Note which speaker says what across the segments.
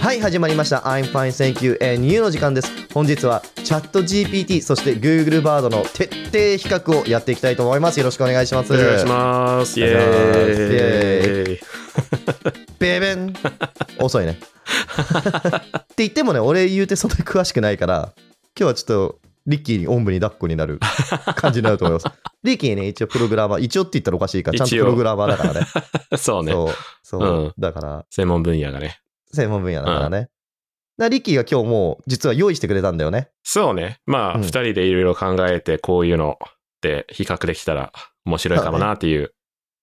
Speaker 1: はい始まりました I'm fine thank you and you の時間です本日はチャット GPT そして Google バードの徹底比較をやっていきたいと思いますよろしくお願いします
Speaker 2: お願いします。イエーイ。
Speaker 1: ベベ ン遅いねって言ってもね俺言うてそんなに詳しくないから今日はちょっとリッキーにおんぶに抱っこにな る感じになると思いますリッキーね一応プログラマー一応って言ったらおかしいからちゃんと
Speaker 2: 一応
Speaker 1: プログラマーだからね
Speaker 2: そうね。
Speaker 1: そうそう、
Speaker 2: うん
Speaker 1: だから
Speaker 2: 専門分野がね。
Speaker 1: 専門分野だからね、だからリッキーが今日もう実は用意してくれたんだよね
Speaker 2: そうね。まあ、
Speaker 1: うん
Speaker 2: 二人でいろいろ考えて、こういうので比較できたら面白いかもなっていう、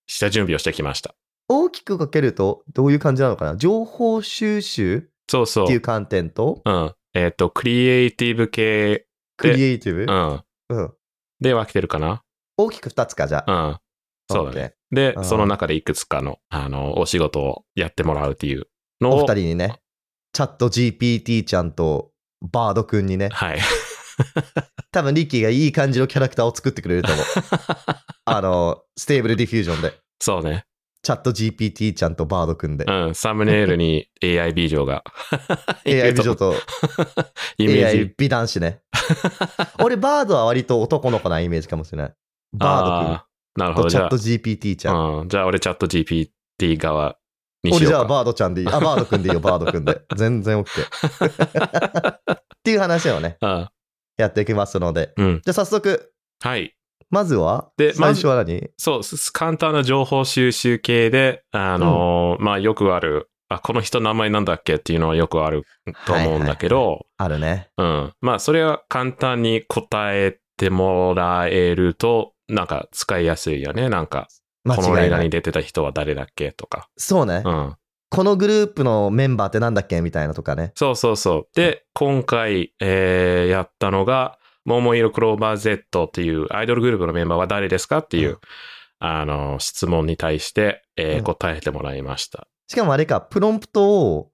Speaker 2: 下準備をしてきました。
Speaker 1: 大きくかけるとどういう感じなのかな情報収集
Speaker 2: そう
Speaker 1: っ
Speaker 2: そう。
Speaker 1: ていう観点と
Speaker 2: うん。えっ、と、クリエイティブ系、
Speaker 1: クリエイティブ、
Speaker 2: うん。
Speaker 1: うん
Speaker 2: で分けてるかな
Speaker 1: 大きく2つかじゃ
Speaker 2: う
Speaker 1: あ、
Speaker 2: ん。そうだね。
Speaker 1: ね
Speaker 2: で
Speaker 1: う、ん
Speaker 2: その中でいくつかの、あの、お仕事をやってもらうっていうの
Speaker 1: お
Speaker 2: を。
Speaker 1: 二人にねチャット GPT ちゃんとバードくんにね
Speaker 2: はい。
Speaker 1: 多分リッキーがいい感じのキャラクターを作ってくれると思 うあのステーブルディフュージョンで
Speaker 2: そうね。
Speaker 1: チャット GPT ちゃんとバードくんで、
Speaker 2: うん。サムネイルに AI 美 女が。い
Speaker 1: AI
Speaker 2: ると
Speaker 1: 美女と
Speaker 2: イメージ。
Speaker 1: AI 美男子 ね俺バードは割と男の子なイメージかもしれないバ
Speaker 2: あーなる
Speaker 1: ード
Speaker 2: ほ
Speaker 1: くんと
Speaker 2: ど。
Speaker 1: チ
Speaker 2: じ
Speaker 1: ャッ
Speaker 2: ゃ
Speaker 1: ト GPT ちゃん
Speaker 2: あ、うん、じゃあ俺チャット GPT 側にし
Speaker 1: 俺じゃ
Speaker 2: よ
Speaker 1: あ
Speaker 2: うか。
Speaker 1: バードちゃんでい い。あ、バードくんでいいよ、バードくんで。全然 OK。って いう話をね、
Speaker 2: あ
Speaker 1: やっていきますので。
Speaker 2: うん。
Speaker 1: じゃあ早速、
Speaker 2: はい。
Speaker 1: まずは、
Speaker 2: で
Speaker 1: 最初は何、
Speaker 2: そう、す簡単な情報収集系で、あのーまあよくある、あ、この人名前なんだっけっていうのはよくあると思うんだけど、
Speaker 1: あるね。
Speaker 2: うん。まあそれは簡単に答えてもらえると、なんか使いやすいよね。なんか、
Speaker 1: 間
Speaker 2: この
Speaker 1: 違
Speaker 2: 映
Speaker 1: い
Speaker 2: 画
Speaker 1: ない
Speaker 2: に。出てた人は誰だっけとか。
Speaker 1: そうね、
Speaker 2: うん。
Speaker 1: このグループのメンバーってなんだっけみたいなとかね。
Speaker 2: そうそうそう。で、今回、えーやったのが、モモイロクローバー Z っていうアイドルグループのメンバーは誰ですかっていう、
Speaker 1: うん
Speaker 2: あの、質問に対して、えー
Speaker 1: うん
Speaker 2: 答えてもらいました。
Speaker 1: しかもあれか、プロンプトを、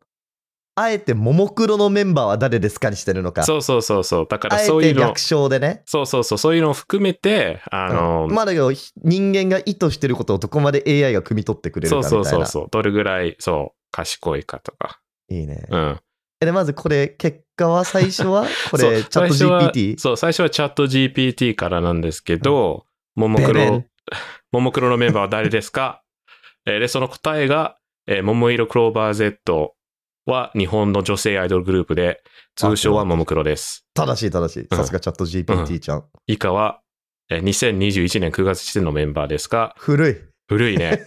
Speaker 1: あえてももクロのメンバーは誰ですかにしてるのか。
Speaker 2: そうそうそうそう。だから
Speaker 1: あえ
Speaker 2: そうい
Speaker 1: て
Speaker 2: うの
Speaker 1: 略、称でね。
Speaker 2: そうそうそう、そういうのを含めて、あの、
Speaker 1: うんまあだけど、ひ人間が意図してることをどこまで AI が汲み取ってくれるか
Speaker 2: そ
Speaker 1: み
Speaker 2: う
Speaker 1: たいな。
Speaker 2: そうそうそう、どれぐらい、そう、賢いかとか。
Speaker 1: いいね。
Speaker 2: うん。
Speaker 1: えで、まずこれ、結果は最初 はこれ、
Speaker 2: そう
Speaker 1: チャット
Speaker 2: 最初は
Speaker 1: GPT?
Speaker 2: そう、最初はチャット GPT からなんですけど、ももク
Speaker 1: ベベ
Speaker 2: ロ
Speaker 1: ン、
Speaker 2: ももクロのメンバーは誰ですか えーで、その答えが、えー、ももいろクローバー Z は日本の女性アイドルグループで、通称はももクロです。
Speaker 1: 正しい正しい。
Speaker 2: うん
Speaker 1: さすがチャット GPT ちゃん。
Speaker 2: 以下は、えー2021年9月時点のメンバーですが、
Speaker 1: 古い。
Speaker 2: 古 いね。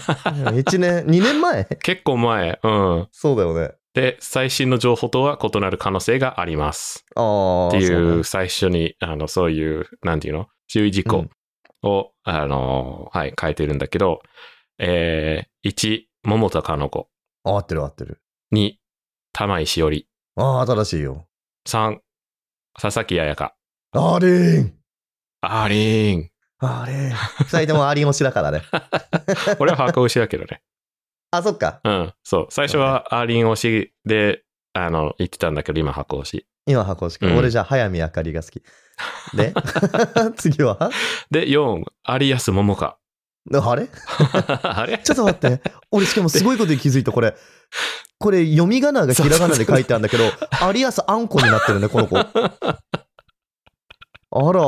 Speaker 1: 1年、2年前
Speaker 2: 結構前。うん。
Speaker 1: そうだよね。
Speaker 2: で、最新の情報とは異なる可能性があります。
Speaker 1: ああ。
Speaker 2: ってい、
Speaker 1: そうだね
Speaker 2: 最初に、あの、そういう、なんていうの注意事
Speaker 1: う
Speaker 2: 項
Speaker 1: ん
Speaker 2: を、あの、はい、書いてるんだけど、えー、1、桃田かの子。
Speaker 1: あ合ってる合ってる。
Speaker 2: 2、玉井しおり。
Speaker 1: ああ、正しいよ。
Speaker 2: 3、佐々木彩香。
Speaker 1: アリーン
Speaker 2: アーリーン。
Speaker 1: アリーン。二人ともアリーン推しだからね。
Speaker 2: これは箱推しだけどね。
Speaker 1: あ、そっか。
Speaker 2: うん、そう。最初はアーリーン推しで、あの、言ってたんだけど、今箱推し。
Speaker 1: 今箱しか。
Speaker 2: うん
Speaker 1: 俺じゃあ、早見あかりが好き。 で、 次は
Speaker 2: で、4、有安桃香。
Speaker 1: あれ
Speaker 2: あれ
Speaker 1: ちょっと待って。俺しかもすごいことに気づいた、これ。これ、読み仮名がひらがなで書いてあるんだ けど、アリアスあんこになってるね、この子。あら、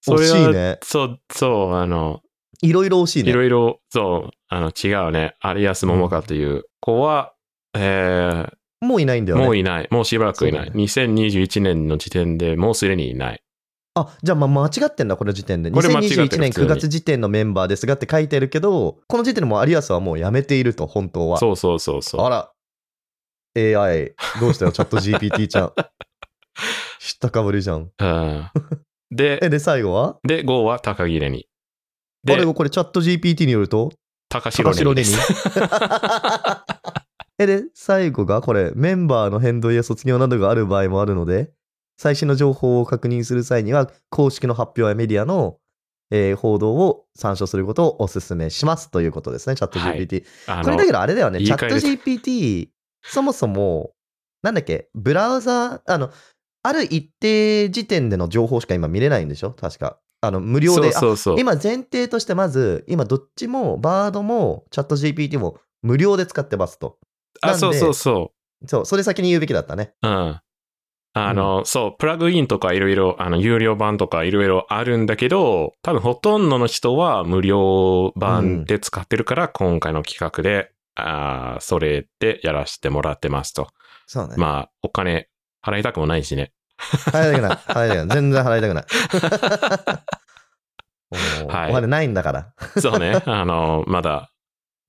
Speaker 2: それ
Speaker 1: 惜しい
Speaker 2: は、
Speaker 1: ね。
Speaker 2: そう、そう、あの、
Speaker 1: いろいろ惜しいね。
Speaker 2: いろいろ、そう、あの、違うね。有安桃香という子は、え
Speaker 1: もういないんだ
Speaker 2: ー、
Speaker 1: よね。
Speaker 2: もういない。もうしばらくいない。
Speaker 1: そうだ
Speaker 2: 2021年の時点でもうすでにいない。
Speaker 1: あ、じゃあまあ間違ってんだ、この時点で。
Speaker 2: これ間違ってる
Speaker 1: 2021年
Speaker 2: 普通に
Speaker 1: 9月時点のメンバーですがって書いてるけど、この時点でもう有安はもうやめていると、本当は。
Speaker 2: そうそうそうそ
Speaker 1: あ
Speaker 2: う。
Speaker 1: ら。AI、どうしたよ、チャット GPT ちゃん。 知ったかぶりじゃん。
Speaker 2: うん、
Speaker 1: え、
Speaker 2: で、
Speaker 1: で、最後は
Speaker 2: で、5は高木れに。
Speaker 1: あれ
Speaker 2: で、
Speaker 1: これチャット GPT によると、
Speaker 2: 高城
Speaker 1: 高城
Speaker 2: れ
Speaker 1: レ
Speaker 2: に
Speaker 1: ニ。 え、で、最後がこれ、メンバーの変動や卒業などがある場合もあるので、最新の情報を確認する際には、公式の発表やメディアの、えー報道を参照することをお勧めしますということですね、チャット GPT。
Speaker 2: あ
Speaker 1: これ
Speaker 2: の
Speaker 1: だけ、どあれだよね、
Speaker 2: 言い
Speaker 1: チャ
Speaker 2: 換
Speaker 1: ッ
Speaker 2: え
Speaker 1: ト
Speaker 2: です
Speaker 1: GPT、そもそも、なんだっけ、ブラウザー、あの、ある一定時点での情報しか今見れないんでしょ確か。あの、無料
Speaker 2: そ
Speaker 1: で
Speaker 2: う、そうそう。
Speaker 1: 今前提としてまず今どっちもバードもチャット GPT も無料で使ってますと。なん
Speaker 2: あ、
Speaker 1: で
Speaker 2: そうそうそう。
Speaker 1: そう、それ先に言うべきだったね。
Speaker 2: うん。あの、そう、プラグインとかいろいろ、あの、有料版とかいろいろあるんだけど、多分ほとんどの人は無料版で使ってるから、今回の企画で、あーそれでやらせてもらってますと。
Speaker 1: そうね。
Speaker 2: まあ、お金払いたくもないしね。
Speaker 1: 払いたくない。払いたくない。全然払いたくない。 もう
Speaker 2: はい
Speaker 1: お金ないんだから。
Speaker 2: そうね。あの、まだ、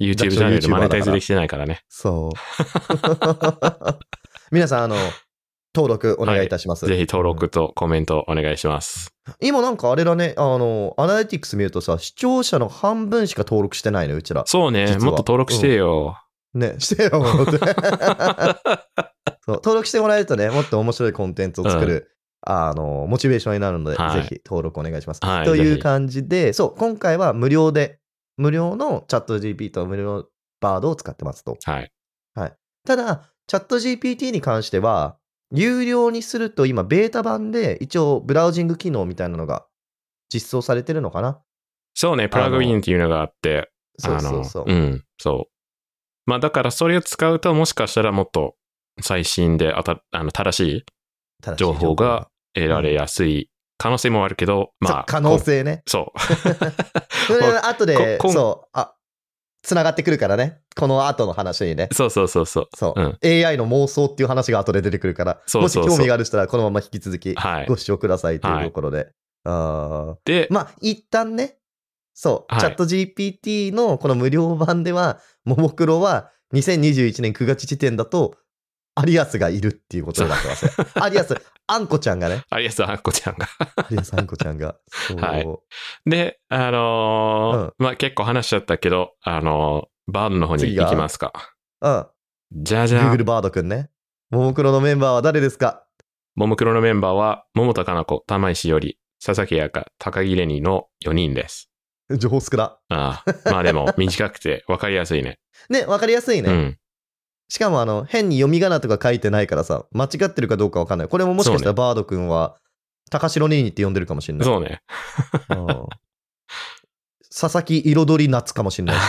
Speaker 2: YouTube チャンネルでマネタイズできてないからね。
Speaker 1: そう。皆さん、あの、登録お願いいたします。
Speaker 2: ぜひ登録とコメントお願いします。
Speaker 1: 今なんかあれだね、あの、アナリティクス見るとさ、視聴者の半分しか登録してないの、うちら。
Speaker 2: そうね。
Speaker 1: 実は
Speaker 2: もっと登録してよ。
Speaker 1: ね、 してよ、思 ってそう登録してもらえるとね、もっと面白いコンテンツを作る、あの、モチベーションになるので、
Speaker 2: はい
Speaker 1: ぜひ登録お願いします。
Speaker 2: はい
Speaker 1: と
Speaker 2: ぜ
Speaker 1: いう
Speaker 2: ひ
Speaker 1: 感じで、そう、今回は無料で、無料のチャット GPT と無料のバードを使ってますと。
Speaker 2: はい。
Speaker 1: ただ、チャット GPT に関しては、有料にすると今、ベータ版で一応ブラウジング機能みたいなのが実装されてるのかな
Speaker 2: そうね。プラグインっていうのがあって、
Speaker 1: そうそうそう。
Speaker 2: あのうん、そう。まあだからそれを使うともしかしたらもっと最新であたあの正しい
Speaker 1: 正しい
Speaker 2: 情報が得られやすい可能性もあるけど、
Speaker 1: 情報が、
Speaker 2: まあ。
Speaker 1: そう可能性ね。
Speaker 2: こ。そう。
Speaker 1: それは後で、
Speaker 2: こん
Speaker 1: そう、あ、つながってくるからね。この後の話にね。
Speaker 2: そうそうそうそう。
Speaker 1: そう、
Speaker 2: うん
Speaker 1: AI の妄想っていう話が後で出てくるから、
Speaker 2: そうそうそう
Speaker 1: もし興味がある人はこのまま引き続き
Speaker 2: はい
Speaker 1: ご。視聴くださいというところで。あ
Speaker 2: で
Speaker 1: ー、まあ、一旦ね、そう、
Speaker 2: はい
Speaker 1: チャット GPT のこの無料版では、ももクロは2021年9月時点だと、アリアスがいるっていうことになって ますね。アリアス、アンコちゃんがね。
Speaker 2: ありがとう、あっこちゃんが。
Speaker 1: アリアス、アンコちゃんが。そう。
Speaker 2: はいで、あのーまあ結構話しちゃったけど、あのーバードの方に
Speaker 1: 次が
Speaker 2: 行きますか。
Speaker 1: うん。
Speaker 2: じゃじゃん
Speaker 1: Google。バードくんね。ももクロのメンバーは誰ですか
Speaker 2: ももクロのメンバーは、桃田かな子、玉井しおり、佐々木彩香、高木れにの4人です。
Speaker 1: 情報少な。
Speaker 2: あ あまあでも短くて分かりやすいね。
Speaker 1: ね、わかりやすいね。
Speaker 2: うん。
Speaker 1: しかも、あの、変に読み仮名とか書いてないからさ、間違ってるかどうかわかんない。これももしかしたらバードくんは、高城ニーニって呼んでるかもしんない。
Speaker 2: そうね。
Speaker 1: うん佐々木彩り夏かもしんない し。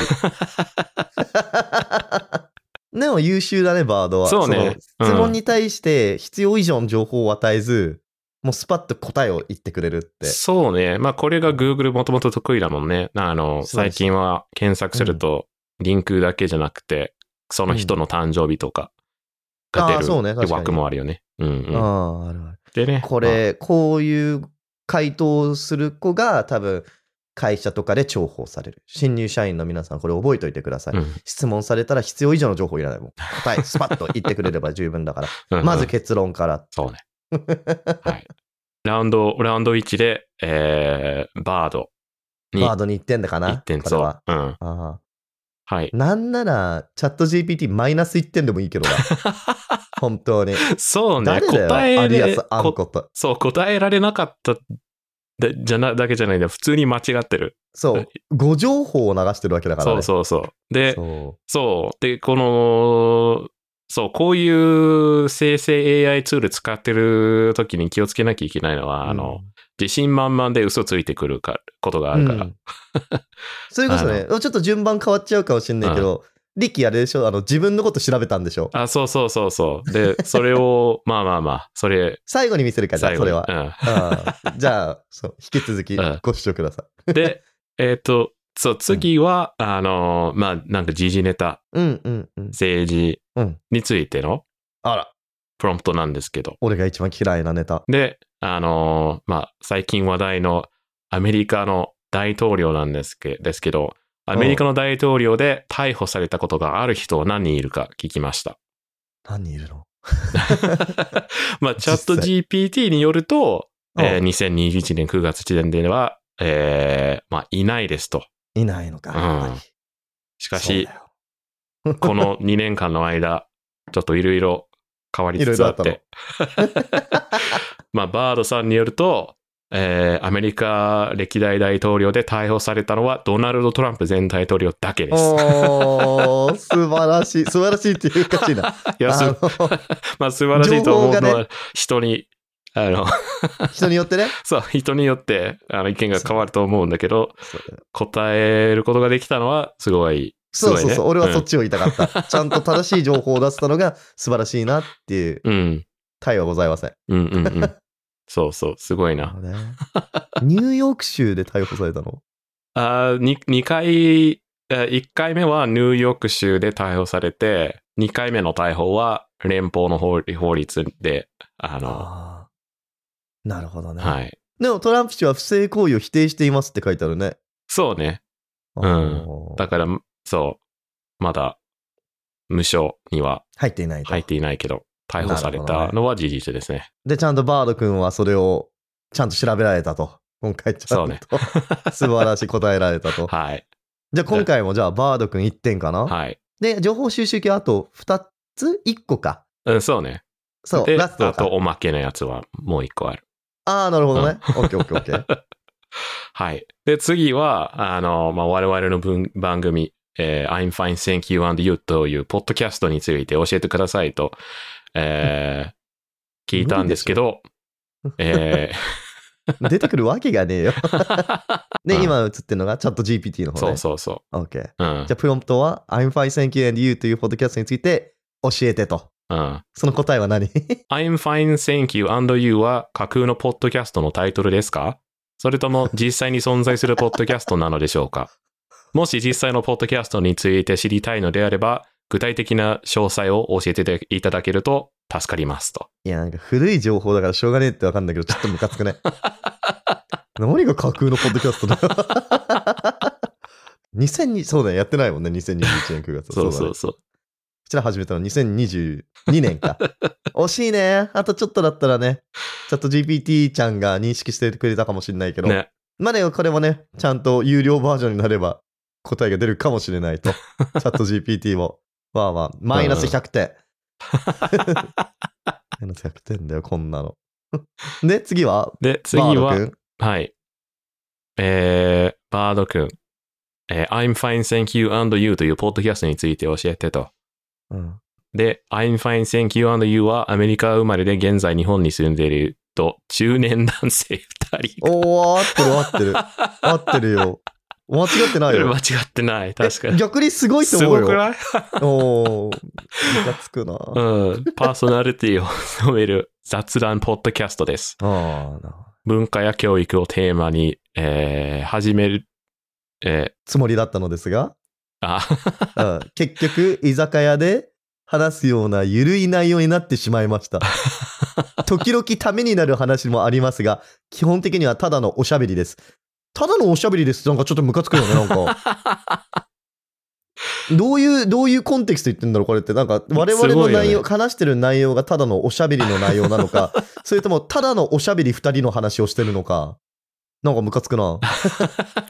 Speaker 1: でも優秀だね、バードは。
Speaker 2: そうね
Speaker 1: の
Speaker 2: うん
Speaker 1: 質問に対して必要以上の情報を与えず、もうスパッと答えを言ってくれるって。
Speaker 2: そうね。まあこれが Google もともと得意だもんね。あの、
Speaker 1: そうで
Speaker 2: 最
Speaker 1: す
Speaker 2: 近は検索すると、リンクだけじゃなくて、その人の誕生日とかが
Speaker 1: ああ
Speaker 2: 出
Speaker 1: そうね確か
Speaker 2: る
Speaker 1: に
Speaker 2: 枠もあるよね。うんうん。
Speaker 1: ああ、あるある。
Speaker 2: でね。
Speaker 1: これ、こういう回答をする子が多分会社とかで重宝される。新入社員の皆さん、これ覚えておいてください。
Speaker 2: まあ、
Speaker 1: 質問されたら必要以上の情報いらないもん。 答え、スパッと言ってくれれば十分だから。
Speaker 2: うんうん
Speaker 1: まず結論から。
Speaker 2: そ うね。はい。ラウンド、ラウンド1で、えー、バードに
Speaker 1: ワードに1点だか
Speaker 2: 1
Speaker 1: な。
Speaker 2: 点
Speaker 1: これ
Speaker 2: そう。
Speaker 1: は。
Speaker 2: うん。
Speaker 1: ああ
Speaker 2: はい。
Speaker 1: なんなら、チャット GPT マイナス1点でもいいけど な。本当に。
Speaker 2: そうね。
Speaker 1: 誰だよ、
Speaker 2: 答
Speaker 1: ア
Speaker 2: え
Speaker 1: リア
Speaker 2: で
Speaker 1: ス・アンコと。
Speaker 2: そう、答えられなかっただじゃなだけじゃないんだよ。普通に間違ってる。
Speaker 1: そう。誤情報を流してるわけだから、
Speaker 2: そう
Speaker 1: ね。
Speaker 2: そうそう。で、そう
Speaker 1: そ
Speaker 2: で、この、そう、こういう生成 AI ツール使ってる時に気をつけなきゃいけないのは、
Speaker 1: う。
Speaker 2: あの
Speaker 1: う、ん、
Speaker 2: 自信満々で嘘ついてくるかことがあるから。
Speaker 1: うん それこそね、ちょっと順番変わっちゃうかもしんないけど、リキあれでしょあの、自分のこと調べたんでしょ
Speaker 2: あ、そうそうそうそう。で、それを、 まあまあまあ、それ、
Speaker 1: 最後に見せるから、じゃあ
Speaker 2: 最
Speaker 1: そ
Speaker 2: 後に
Speaker 1: れは。 うんじゃあ、そう、引き続き
Speaker 2: うん
Speaker 1: ご視聴ください。
Speaker 2: うんで、 えっ、と、そう、次は、あの、まあ、なんか時事ネタ、
Speaker 1: うんうんうん。
Speaker 2: 政治
Speaker 1: うん
Speaker 2: についての
Speaker 1: あら、
Speaker 2: プロンプトなんですけど、
Speaker 1: 俺が一番嫌いなネタ。
Speaker 2: で、あのーまあ、最近話題のアメリカの大統領なんですけですけど、アメリカの大統領で逮捕されたことがある人は何人いるか聞きました。
Speaker 1: 何人いるの
Speaker 2: まあ、チャット
Speaker 1: 実
Speaker 2: GPT によると、え
Speaker 1: う
Speaker 2: ー
Speaker 1: ん
Speaker 2: 2021年9月時点では、えーまあ、いないですと。
Speaker 1: いないのか。
Speaker 2: うん
Speaker 1: やっぱり
Speaker 2: しかし
Speaker 1: そう、だよ
Speaker 2: この2年間の間、ちょっといろいろ変わりつつあって。
Speaker 1: いろい
Speaker 2: まあ、バードさんによると、えーアメリカ歴代大統領で逮捕されたのはドナルド・トランプ前大統領だけです。
Speaker 1: おー、素晴らしい。素晴らしいっていうかしいな。
Speaker 2: いや、す
Speaker 1: あ
Speaker 2: まあ、素晴らしいと思う
Speaker 1: 情
Speaker 2: の
Speaker 1: 報
Speaker 2: は、人に、あの、
Speaker 1: の人によってね。
Speaker 2: そう、人によって、あの、意見が変わると思うんだけど、
Speaker 1: そうだよ
Speaker 2: 答えることができたのは、すごい、すごい
Speaker 1: そう
Speaker 2: ね
Speaker 1: そうそう、俺はそっ
Speaker 2: ち。
Speaker 1: ちを言いたかった。ちゃんと正しい情報を出せたのが素晴らしいなっていう、
Speaker 2: うん。
Speaker 1: 対はございません。
Speaker 2: うんうん うん。そうそう、すごいな。
Speaker 1: ねニューヨーク州で逮捕されたの
Speaker 2: あーに二回、え一回目はニューヨーク州で逮捕されて、二回目の逮捕は連邦の法法律で、 あの、
Speaker 1: ああ。なるほどね。
Speaker 2: はい。
Speaker 1: でもトランプ氏は不正行為を否定していますって書いてあるね。
Speaker 2: そうね。ん
Speaker 1: あー
Speaker 2: だから、そう、まだ、無償には
Speaker 1: 入っていないと
Speaker 2: 入っていないけど、逮捕さ
Speaker 1: なる
Speaker 2: れ
Speaker 1: ほど
Speaker 2: た
Speaker 1: ね
Speaker 2: のは事実ですね。
Speaker 1: で、ちゃんとバード君はそれをちゃんと調べられたと。今回ちゃ
Speaker 2: そうん
Speaker 1: と、
Speaker 2: ね
Speaker 1: 素晴らしい答えられたと。
Speaker 2: はい。
Speaker 1: じゃあ今回もじゃあバード君1点かな、
Speaker 2: はい。
Speaker 1: で、情報収集系あと2つ ?1 個か。
Speaker 2: うん、そうね。
Speaker 1: そう、
Speaker 2: で、
Speaker 1: ラスト
Speaker 2: あと
Speaker 1: か。
Speaker 2: おまけのやつはもう一個ある。
Speaker 1: ああ、なるほどね。オッケーオッケーオッケー。
Speaker 2: はい。で、次は、あの、まあ、我々の文番組、えー I'm fine, thank you and you というポッドキャストについて教えてくださいと、えー聞いたんですけど、え
Speaker 1: 出てくるわけがねえよ。
Speaker 2: ーう
Speaker 1: で、
Speaker 2: ん
Speaker 1: 今映ってるのがチャット GPT の方ね。
Speaker 2: そうそうそ
Speaker 1: オッケー。
Speaker 2: う。うん
Speaker 1: じゃ。あ、プロンプトは I'm fine, thank you and you というポッドキャストについて教えてと。
Speaker 2: うん。
Speaker 1: その答えは何
Speaker 2: I'm fine, thank you and you は架空のポッドキャストのタイトルですかそれとも実際に存在するポッドキャストなのでしょうかもし実際のポッドキャストについて知りたいのであれば、具体的な詳細を教えていただけると助かりますと。
Speaker 1: いや、なんか古い情報だからしょうがねえってわかんないけど、ちょっとムカつくね。 何が架空のポッドキャストだ 2002そうだね、やってないもんね、2021年9月。
Speaker 2: そう
Speaker 1: だね
Speaker 2: そうそう。
Speaker 1: こちら始めたの2022年 か。惜しいね。あとちょっとだったらね、チャット GPT ちゃんが認識してくれたかもしれないけど、
Speaker 2: ね。
Speaker 1: まあね、これもね、ちゃんと有料バージョンになれば答えが出るかもしれない と。チャット GPT も。まあまあ、マイナス100点。マイナス100点だよ、こんなの。 で、次は
Speaker 2: で、次
Speaker 1: バード
Speaker 2: は、
Speaker 1: 君
Speaker 2: はい。えー、バードくん。えー I'm fine, thank you and you というポッドキャストについて教えてと。
Speaker 1: うん。
Speaker 2: で、I'm fine, thank you and you はアメリカ生まれで現在日本に住んでいると中年男性2人。
Speaker 1: おー、合ってる合ってる。合ってるよ。間違ってないよ
Speaker 2: 間違。ってない。確かに。
Speaker 1: 逆にすごいと
Speaker 2: す
Speaker 1: 思う
Speaker 2: ご
Speaker 1: よ。
Speaker 2: くない
Speaker 1: おー、ムカつくな。
Speaker 2: う
Speaker 1: あ
Speaker 2: ん。パーソナリティを務める雑談ポッドキャストです。
Speaker 1: あーな
Speaker 2: 文化や教育をテーマに、えー、始める、え
Speaker 1: つもりだったのですが、
Speaker 2: ー、あ、
Speaker 1: うん結局、居酒屋で話すようなゆるい内容になってしまいま した。時々ためになる話もありますが、基本的にはただのおしゃべりです。ただのおしゃべりですってなんかちょっとムカつくよね、なんか。 どういう、どういうコンテキスト言ってんだろう、これって。なんか、我々
Speaker 2: す
Speaker 1: の
Speaker 2: ごいよね
Speaker 1: 内容、話してる内容がただのおしゃべりの内容なのか、それともただのおしゃべり二人の話をしてるのか。なんかムカつくな。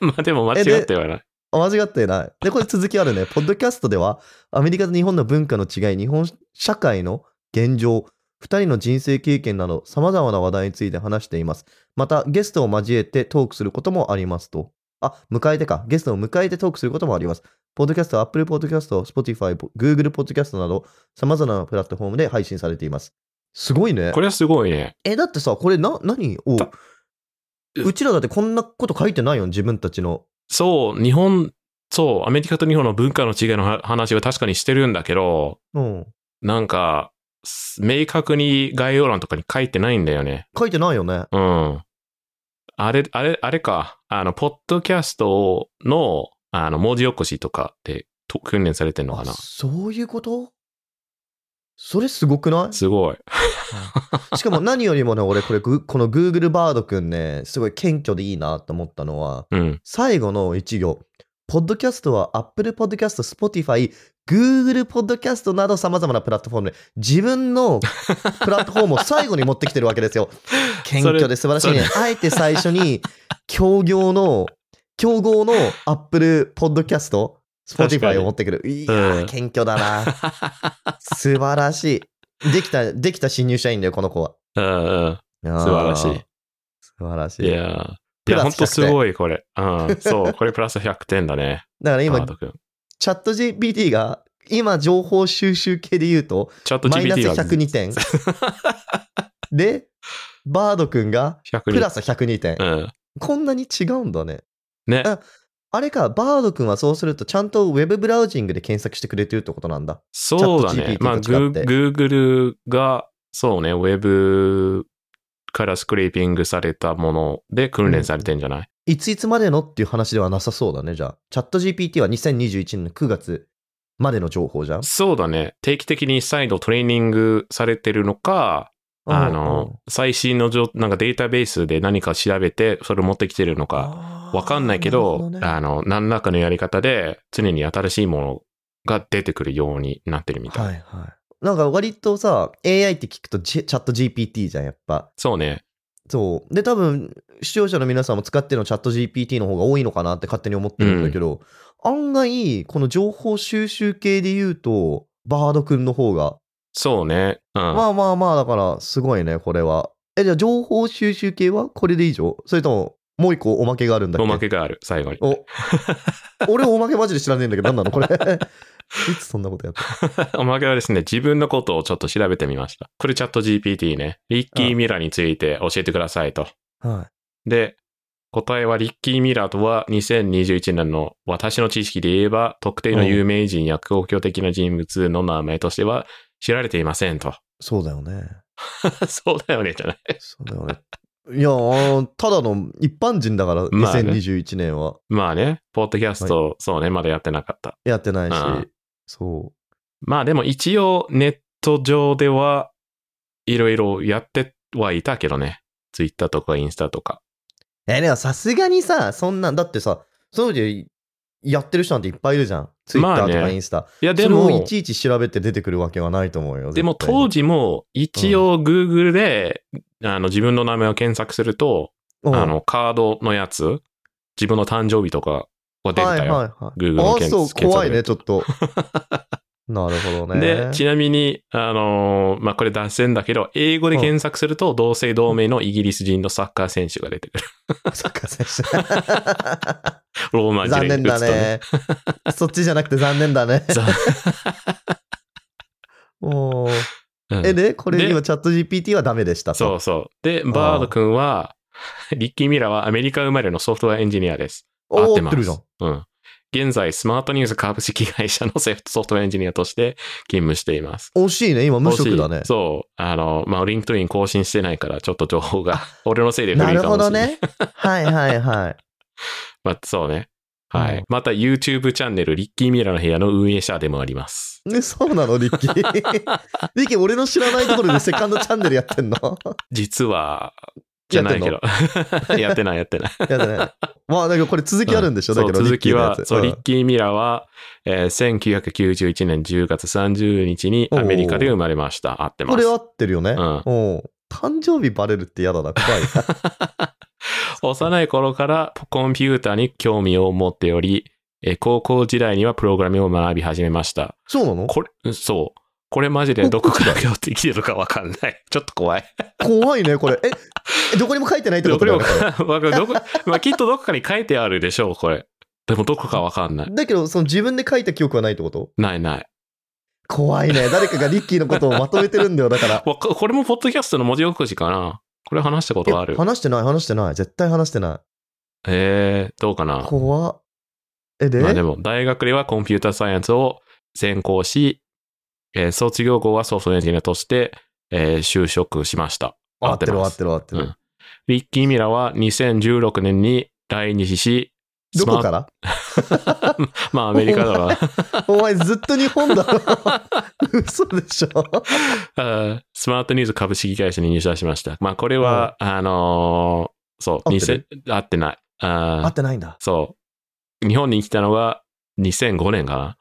Speaker 2: まあでも間違ってはない。
Speaker 1: あ間違ってない。で、これ続きある ね。ポッドキャストでは、アメリカと日本の文化の違い、日本社会の現状、二人の人生経験など、様々な話題について話しています。また、ゲストを交えてトークすることもありますと。あ、迎えてか。ゲストを迎えてトークすることもあります。ポッドキャストは Apple Podcast、Spotify、Google Podcast など、様々なプラットフォームで配信されています。すごいね
Speaker 2: こ。れはすごいね。
Speaker 1: え、だってさ、これな、何を
Speaker 2: た
Speaker 1: うちらだってこんなこと書いてないよ、自分たちの。
Speaker 2: そう、日本、そう、アメリカと日本の文化の違いのは話は確かにしてるんだけど、
Speaker 1: うん。
Speaker 2: なんか、す明確に概要欄とかに書いてないんだよね。
Speaker 1: 書いてないよね。
Speaker 2: うん。あれ、あれ、あれか。あの、ポッドキャストの、あの、文字起こしとかってと訓練されてんのかな
Speaker 1: あ。そういうことそれすごくな
Speaker 2: すごい。
Speaker 1: いしかも何よりもね、俺これ、グこの Google バードくんね、すごい謙虚でいいなと思ったのは、
Speaker 2: うん。
Speaker 1: 最後の一行。ポッドキャストは Apple Podcast、Spotify、Google Podcast など様々なプラットフォームで自分 のプラットフォームを最後に持ってきてるわけですよ。謙虚で素晴らしいね。あえて最初 に、競業の、競合の Apple Podcast、
Speaker 2: 確かに
Speaker 1: Spotify を持ってくる。いや
Speaker 2: う
Speaker 1: ー、
Speaker 2: ん
Speaker 1: 謙虚だ な。素晴らしい。できた、できた新入社員だよ、この子は。
Speaker 2: うんうん。
Speaker 1: 素
Speaker 2: 素晴らしい。
Speaker 1: 素晴らし
Speaker 2: い
Speaker 1: い。
Speaker 2: やー。い
Speaker 1: プ
Speaker 2: や、
Speaker 1: ラス
Speaker 2: ほ
Speaker 1: 100
Speaker 2: んとすごい、これ。 うん。そう、これプラス100点だね。
Speaker 1: だから
Speaker 2: 今、
Speaker 1: 今、チャット GPT が、今、情報収集系で言うと、
Speaker 2: チャット
Speaker 1: マイナス
Speaker 2: GPT は
Speaker 1: 102点。 で、バードくんが、
Speaker 2: 100
Speaker 1: プラス102点
Speaker 2: う。ん。
Speaker 1: こんなに違うんだね。
Speaker 2: ね
Speaker 1: あ。あれか、バード君はそうすると、ちゃんとウェブブラウジングで検索してくれてるってことなんだ。
Speaker 2: そうだね
Speaker 1: ChatGPT。
Speaker 2: まあ、
Speaker 1: と違って
Speaker 2: Goo- Google が、そうね、ウェブからスクレーピングされたもので訓練されてんじゃない、
Speaker 1: いついつまでのっていう話ではなさそうだね、じゃあ。チャット GPT は2021年の9月までの情報じゃん。
Speaker 2: そうだね。定期的に再度トレーニングされてるのか、あの、最新の状、なんかデータベースで何か調べて、それ持ってきてるのか、
Speaker 1: わ
Speaker 2: わかんないけど、あの、何らかのやり方で、常に新しいものが出てくるようになってるみたい。
Speaker 1: はいはい。なんか割とさ、AI って聞くとチャット GPT じゃん、やっぱ。
Speaker 2: そうね。
Speaker 1: そう。で、多分、視聴者の皆さんも使ってるのチャット GPT の方が多いのかなって勝手に思ってるんだけど、案外、この情報収集系で言うと、バードくんの方が、
Speaker 2: そうね。うん。
Speaker 1: まあまあまあ、だから、すごいね、これは。え、じゃあ、情報収集系はこれで以上それとも、もう一個おまけがあるんだっけ
Speaker 2: おまけがある、最後に。
Speaker 1: お 俺おまけマジで知らねえんだけど、なんなのこれ。 いつそんなことやった
Speaker 2: おまけはですね、自分のことをちょっと調べてみました。これチャット GPT ね。リッキー・ミラーについて教えてくださいと。
Speaker 1: はい。
Speaker 2: で、答えはリッキー・ミラーとは2021年の私の知識で言えば特定の有名人や公共的な人物の名前としては知られていませんと。
Speaker 1: そうだよね。
Speaker 2: そうだよね、じゃない。
Speaker 1: そうだよね。いやー、ただの一般人だから、
Speaker 2: まあね
Speaker 1: 2021年は。
Speaker 2: まあね、ポッドキャスト、そうね、まだやってなかった。
Speaker 1: やってないし、
Speaker 2: うん
Speaker 1: そ
Speaker 2: まあでも一応ネット上ではいろいろやってはいたけどね。ツイッターとかインスタとか。
Speaker 1: う。え、でもさすがにさ、そんなん、だってさ、そういうのやってる人なんていっぱいいるじゃん。ツイッ
Speaker 2: ま
Speaker 1: ター
Speaker 2: あね
Speaker 1: とかインスタ。
Speaker 2: いやで
Speaker 1: それを
Speaker 2: も
Speaker 1: い、ちいち調べて出てくるわけはないと思うよ。
Speaker 2: でも
Speaker 1: 絶対に
Speaker 2: 当時も一応 Google で、あの自分の名前を検索すると、
Speaker 1: うん
Speaker 2: あのカードのやつ、自分の誕生日とかは出て
Speaker 1: はい
Speaker 2: た
Speaker 1: はい
Speaker 2: よ。
Speaker 1: はい。
Speaker 2: Google
Speaker 1: あ
Speaker 2: の
Speaker 1: あー、
Speaker 2: 検
Speaker 1: そう、
Speaker 2: 検索
Speaker 1: 怖いね、ちょっと。 なるほどね。
Speaker 2: で、ちなみに、あのーまあ、これ脱線だけど、英語で検索すると、同姓同名のイギリス人のサッカー選手が出てくる。
Speaker 1: サッカー選手。
Speaker 2: ローマ字
Speaker 1: 残
Speaker 2: で
Speaker 1: 念だ
Speaker 2: 打つとね。
Speaker 1: ね。そっちじゃなくて残念だ ね。
Speaker 2: 残
Speaker 1: もう。
Speaker 2: うん
Speaker 1: え、で、これ
Speaker 2: で
Speaker 1: にはチャット GPT はダメでしたと。
Speaker 2: そうそう。で、バード君は、リッキー・ミラーはアメリカ生まれのソフトウェアエンジニアです。合
Speaker 1: お
Speaker 2: っ
Speaker 1: ー合
Speaker 2: てま
Speaker 1: っ
Speaker 2: す。
Speaker 1: てるじゃん。
Speaker 2: うん。現在、スマートニュース株式会社のセフトソフトウェアエンジニアとして勤務しています。
Speaker 1: 惜しいね、今無職だ
Speaker 2: も
Speaker 1: ね
Speaker 2: し。そう。あの、まあ、リンクトイン更新してないから、ちょっと情報 が、 俺のせいで
Speaker 1: な
Speaker 2: 古い
Speaker 1: る
Speaker 2: かも
Speaker 1: ほ
Speaker 2: しれな
Speaker 1: ど
Speaker 2: い。
Speaker 1: ね。はいはいはい。
Speaker 2: まあ、そうね。はい。
Speaker 1: うん
Speaker 2: また、YouTube チャンネル、リッキー・ミラーの部屋の運営者でもあります。
Speaker 1: ね、そうなの、リ ッキー。リッキー、俺の知らないところでセカンドチャンネルやってんの
Speaker 2: 実は、じゃないけど。 やってない、やってない。
Speaker 1: やだね。まあ、だけどこれ続きあるんでしょ、
Speaker 2: そ
Speaker 1: だけ
Speaker 2: う
Speaker 1: ど、
Speaker 2: 続きは、そう、
Speaker 1: リ
Speaker 2: リ
Speaker 1: ッ
Speaker 2: ッキー・ミラーは、えー1991年10月30日にアメリカで生まれました。合って
Speaker 1: キ
Speaker 2: ま
Speaker 1: こ
Speaker 2: す。
Speaker 1: れ合ってるよね。
Speaker 2: うん
Speaker 1: おう誕生日バレるって嫌だな、 怖いな。
Speaker 2: 幼い頃からコンピューターに興味を持っており、えー高校時代にはプログラミングを学び始めました。
Speaker 1: そうなの
Speaker 2: これ、そう。これマジでどこから拾ってきてるかわかんない。 ちょっと怖い。
Speaker 1: 怖いね、これ。え、えどこにも書いてないってこ
Speaker 2: ど
Speaker 1: とだ
Speaker 2: こに
Speaker 1: よ
Speaker 2: も
Speaker 1: ねこれ
Speaker 2: か、わかるどこ、 まあきっとどこかに書いてあるでしょう、これ。でもどこかわかんない。
Speaker 1: だけど、その自分で書いた記憶はないってこと
Speaker 2: ないない。
Speaker 1: 怖いね。誰かがリッキーのことをまとめてるんだよ、だから。
Speaker 2: わか これもポッドキャストの文字起こしかなこれ話したことあ
Speaker 1: い
Speaker 2: る
Speaker 1: や。話してない、話してない。絶対話してない。
Speaker 2: えー、どうかな
Speaker 1: 怖っえ、で
Speaker 2: まあでも、大学ではコンピューターサイエンスを専攻し、えー卒業後はソフトエンジニアとして、えー就職しました。
Speaker 1: 合ってる合っ
Speaker 2: 合って
Speaker 1: てる合ってる。
Speaker 2: うんリッキー・ミラは2016年に来日し、
Speaker 1: どこ
Speaker 2: ス
Speaker 1: から
Speaker 2: まあアメリカだわ。
Speaker 1: お前ずっと日本だろ。嘘でしょ。
Speaker 2: あースマートニュース株式会社に入社しました。まあこれは、あのーそう、
Speaker 1: 合ってる
Speaker 2: 2000合ってない。あー
Speaker 1: 合ってないんだ。
Speaker 2: そう。日本に来たのが2005年かな。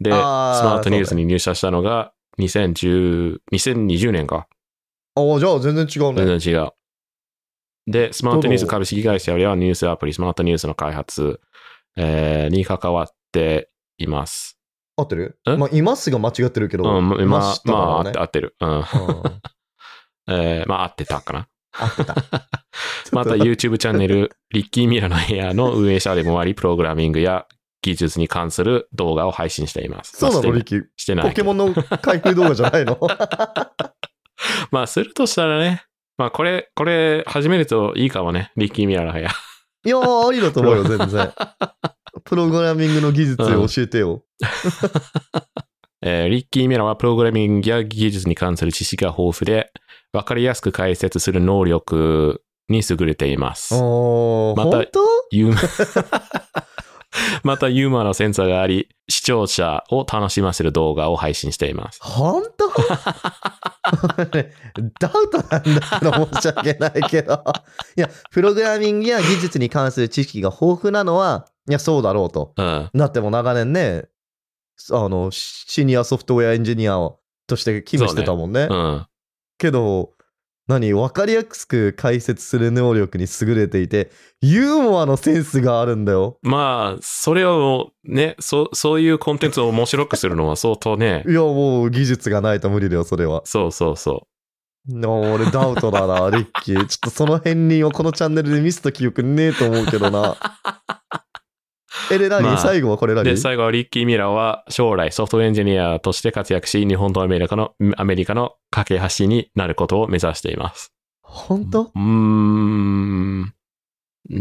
Speaker 2: で、ス
Speaker 1: あー
Speaker 2: マートニュースに入社したのが2010、2020年か。
Speaker 1: あじゃあ全然違うね。
Speaker 2: 全然違う。で、スマートニュース株式会社ではニュースアプリ、スマートニュースの開発、えーに関わっています。
Speaker 1: 合ってる
Speaker 2: え
Speaker 1: まあ、いますが間違ってるけど。
Speaker 2: うん、まあ、ま
Speaker 1: したから
Speaker 2: あ、合っ
Speaker 1: ね
Speaker 2: て合ってる。うん。
Speaker 1: うん
Speaker 2: えーまあ、合ってたかな。
Speaker 1: 合ってた。
Speaker 2: また
Speaker 1: ちょっと
Speaker 2: YouTube チャンネル、リッキー・ミラの部屋の運営者でもあり、プログラミングや技術に関する動画を配信しています。
Speaker 1: そうな
Speaker 2: ま
Speaker 1: の、
Speaker 2: あ
Speaker 1: リ
Speaker 2: して
Speaker 1: ッキー。
Speaker 2: してない
Speaker 1: ポ
Speaker 2: け
Speaker 1: ケモ
Speaker 2: ど
Speaker 1: ンの開封動画じゃないの
Speaker 2: まあ、するとしたらね、まあ、これ、これ、始めるといいかもね。リッキー・ミラーの部屋。
Speaker 1: いやー、ありだと思うよ、全然。プログラミングの技術を教えてよ。
Speaker 2: えーリッキー・ミラーはプログラミングや技術に関する知識が豊富で、わかりやすく解説する能力に優れています。
Speaker 1: おー、
Speaker 2: また
Speaker 1: 本当
Speaker 2: ユーマ またユーモアのセンサーがあり、視聴者を楽しませる動画を配信しています。
Speaker 1: 本当 ダウトなんだけど申し訳ないけど。いや、プログラミングや技術に関する知識が豊富なのは、いや、そうだろうと。
Speaker 2: うん。
Speaker 1: だってもう長年ね、あの、シニアソフトウェアエンジニアとして勤務してたもんね。
Speaker 2: うん。
Speaker 1: けど、何分かりやすく解説する能力に優れていて、ユーモアのセンスがあるんだよ。
Speaker 2: まあ、それをね、そ、そういうコンテンツを面白くするのは相当ね
Speaker 1: い、や、もう技術がないと無理だよ、それは。
Speaker 2: そうそうそ
Speaker 1: の俺ダウトだ な、リッキー。ちょっとその辺にをこのチャンネルで見せた記憶ねえと思うけどな。え、で何、
Speaker 2: まあ
Speaker 1: 最後はこれ
Speaker 2: う。
Speaker 1: 何
Speaker 2: で、最後はリッキー・ミラーは将来ソフトウェアエンジニアとして活躍し、日本とアメリカの、アメリカの架け橋になることを目指しています。
Speaker 1: 本当
Speaker 2: うーん。うー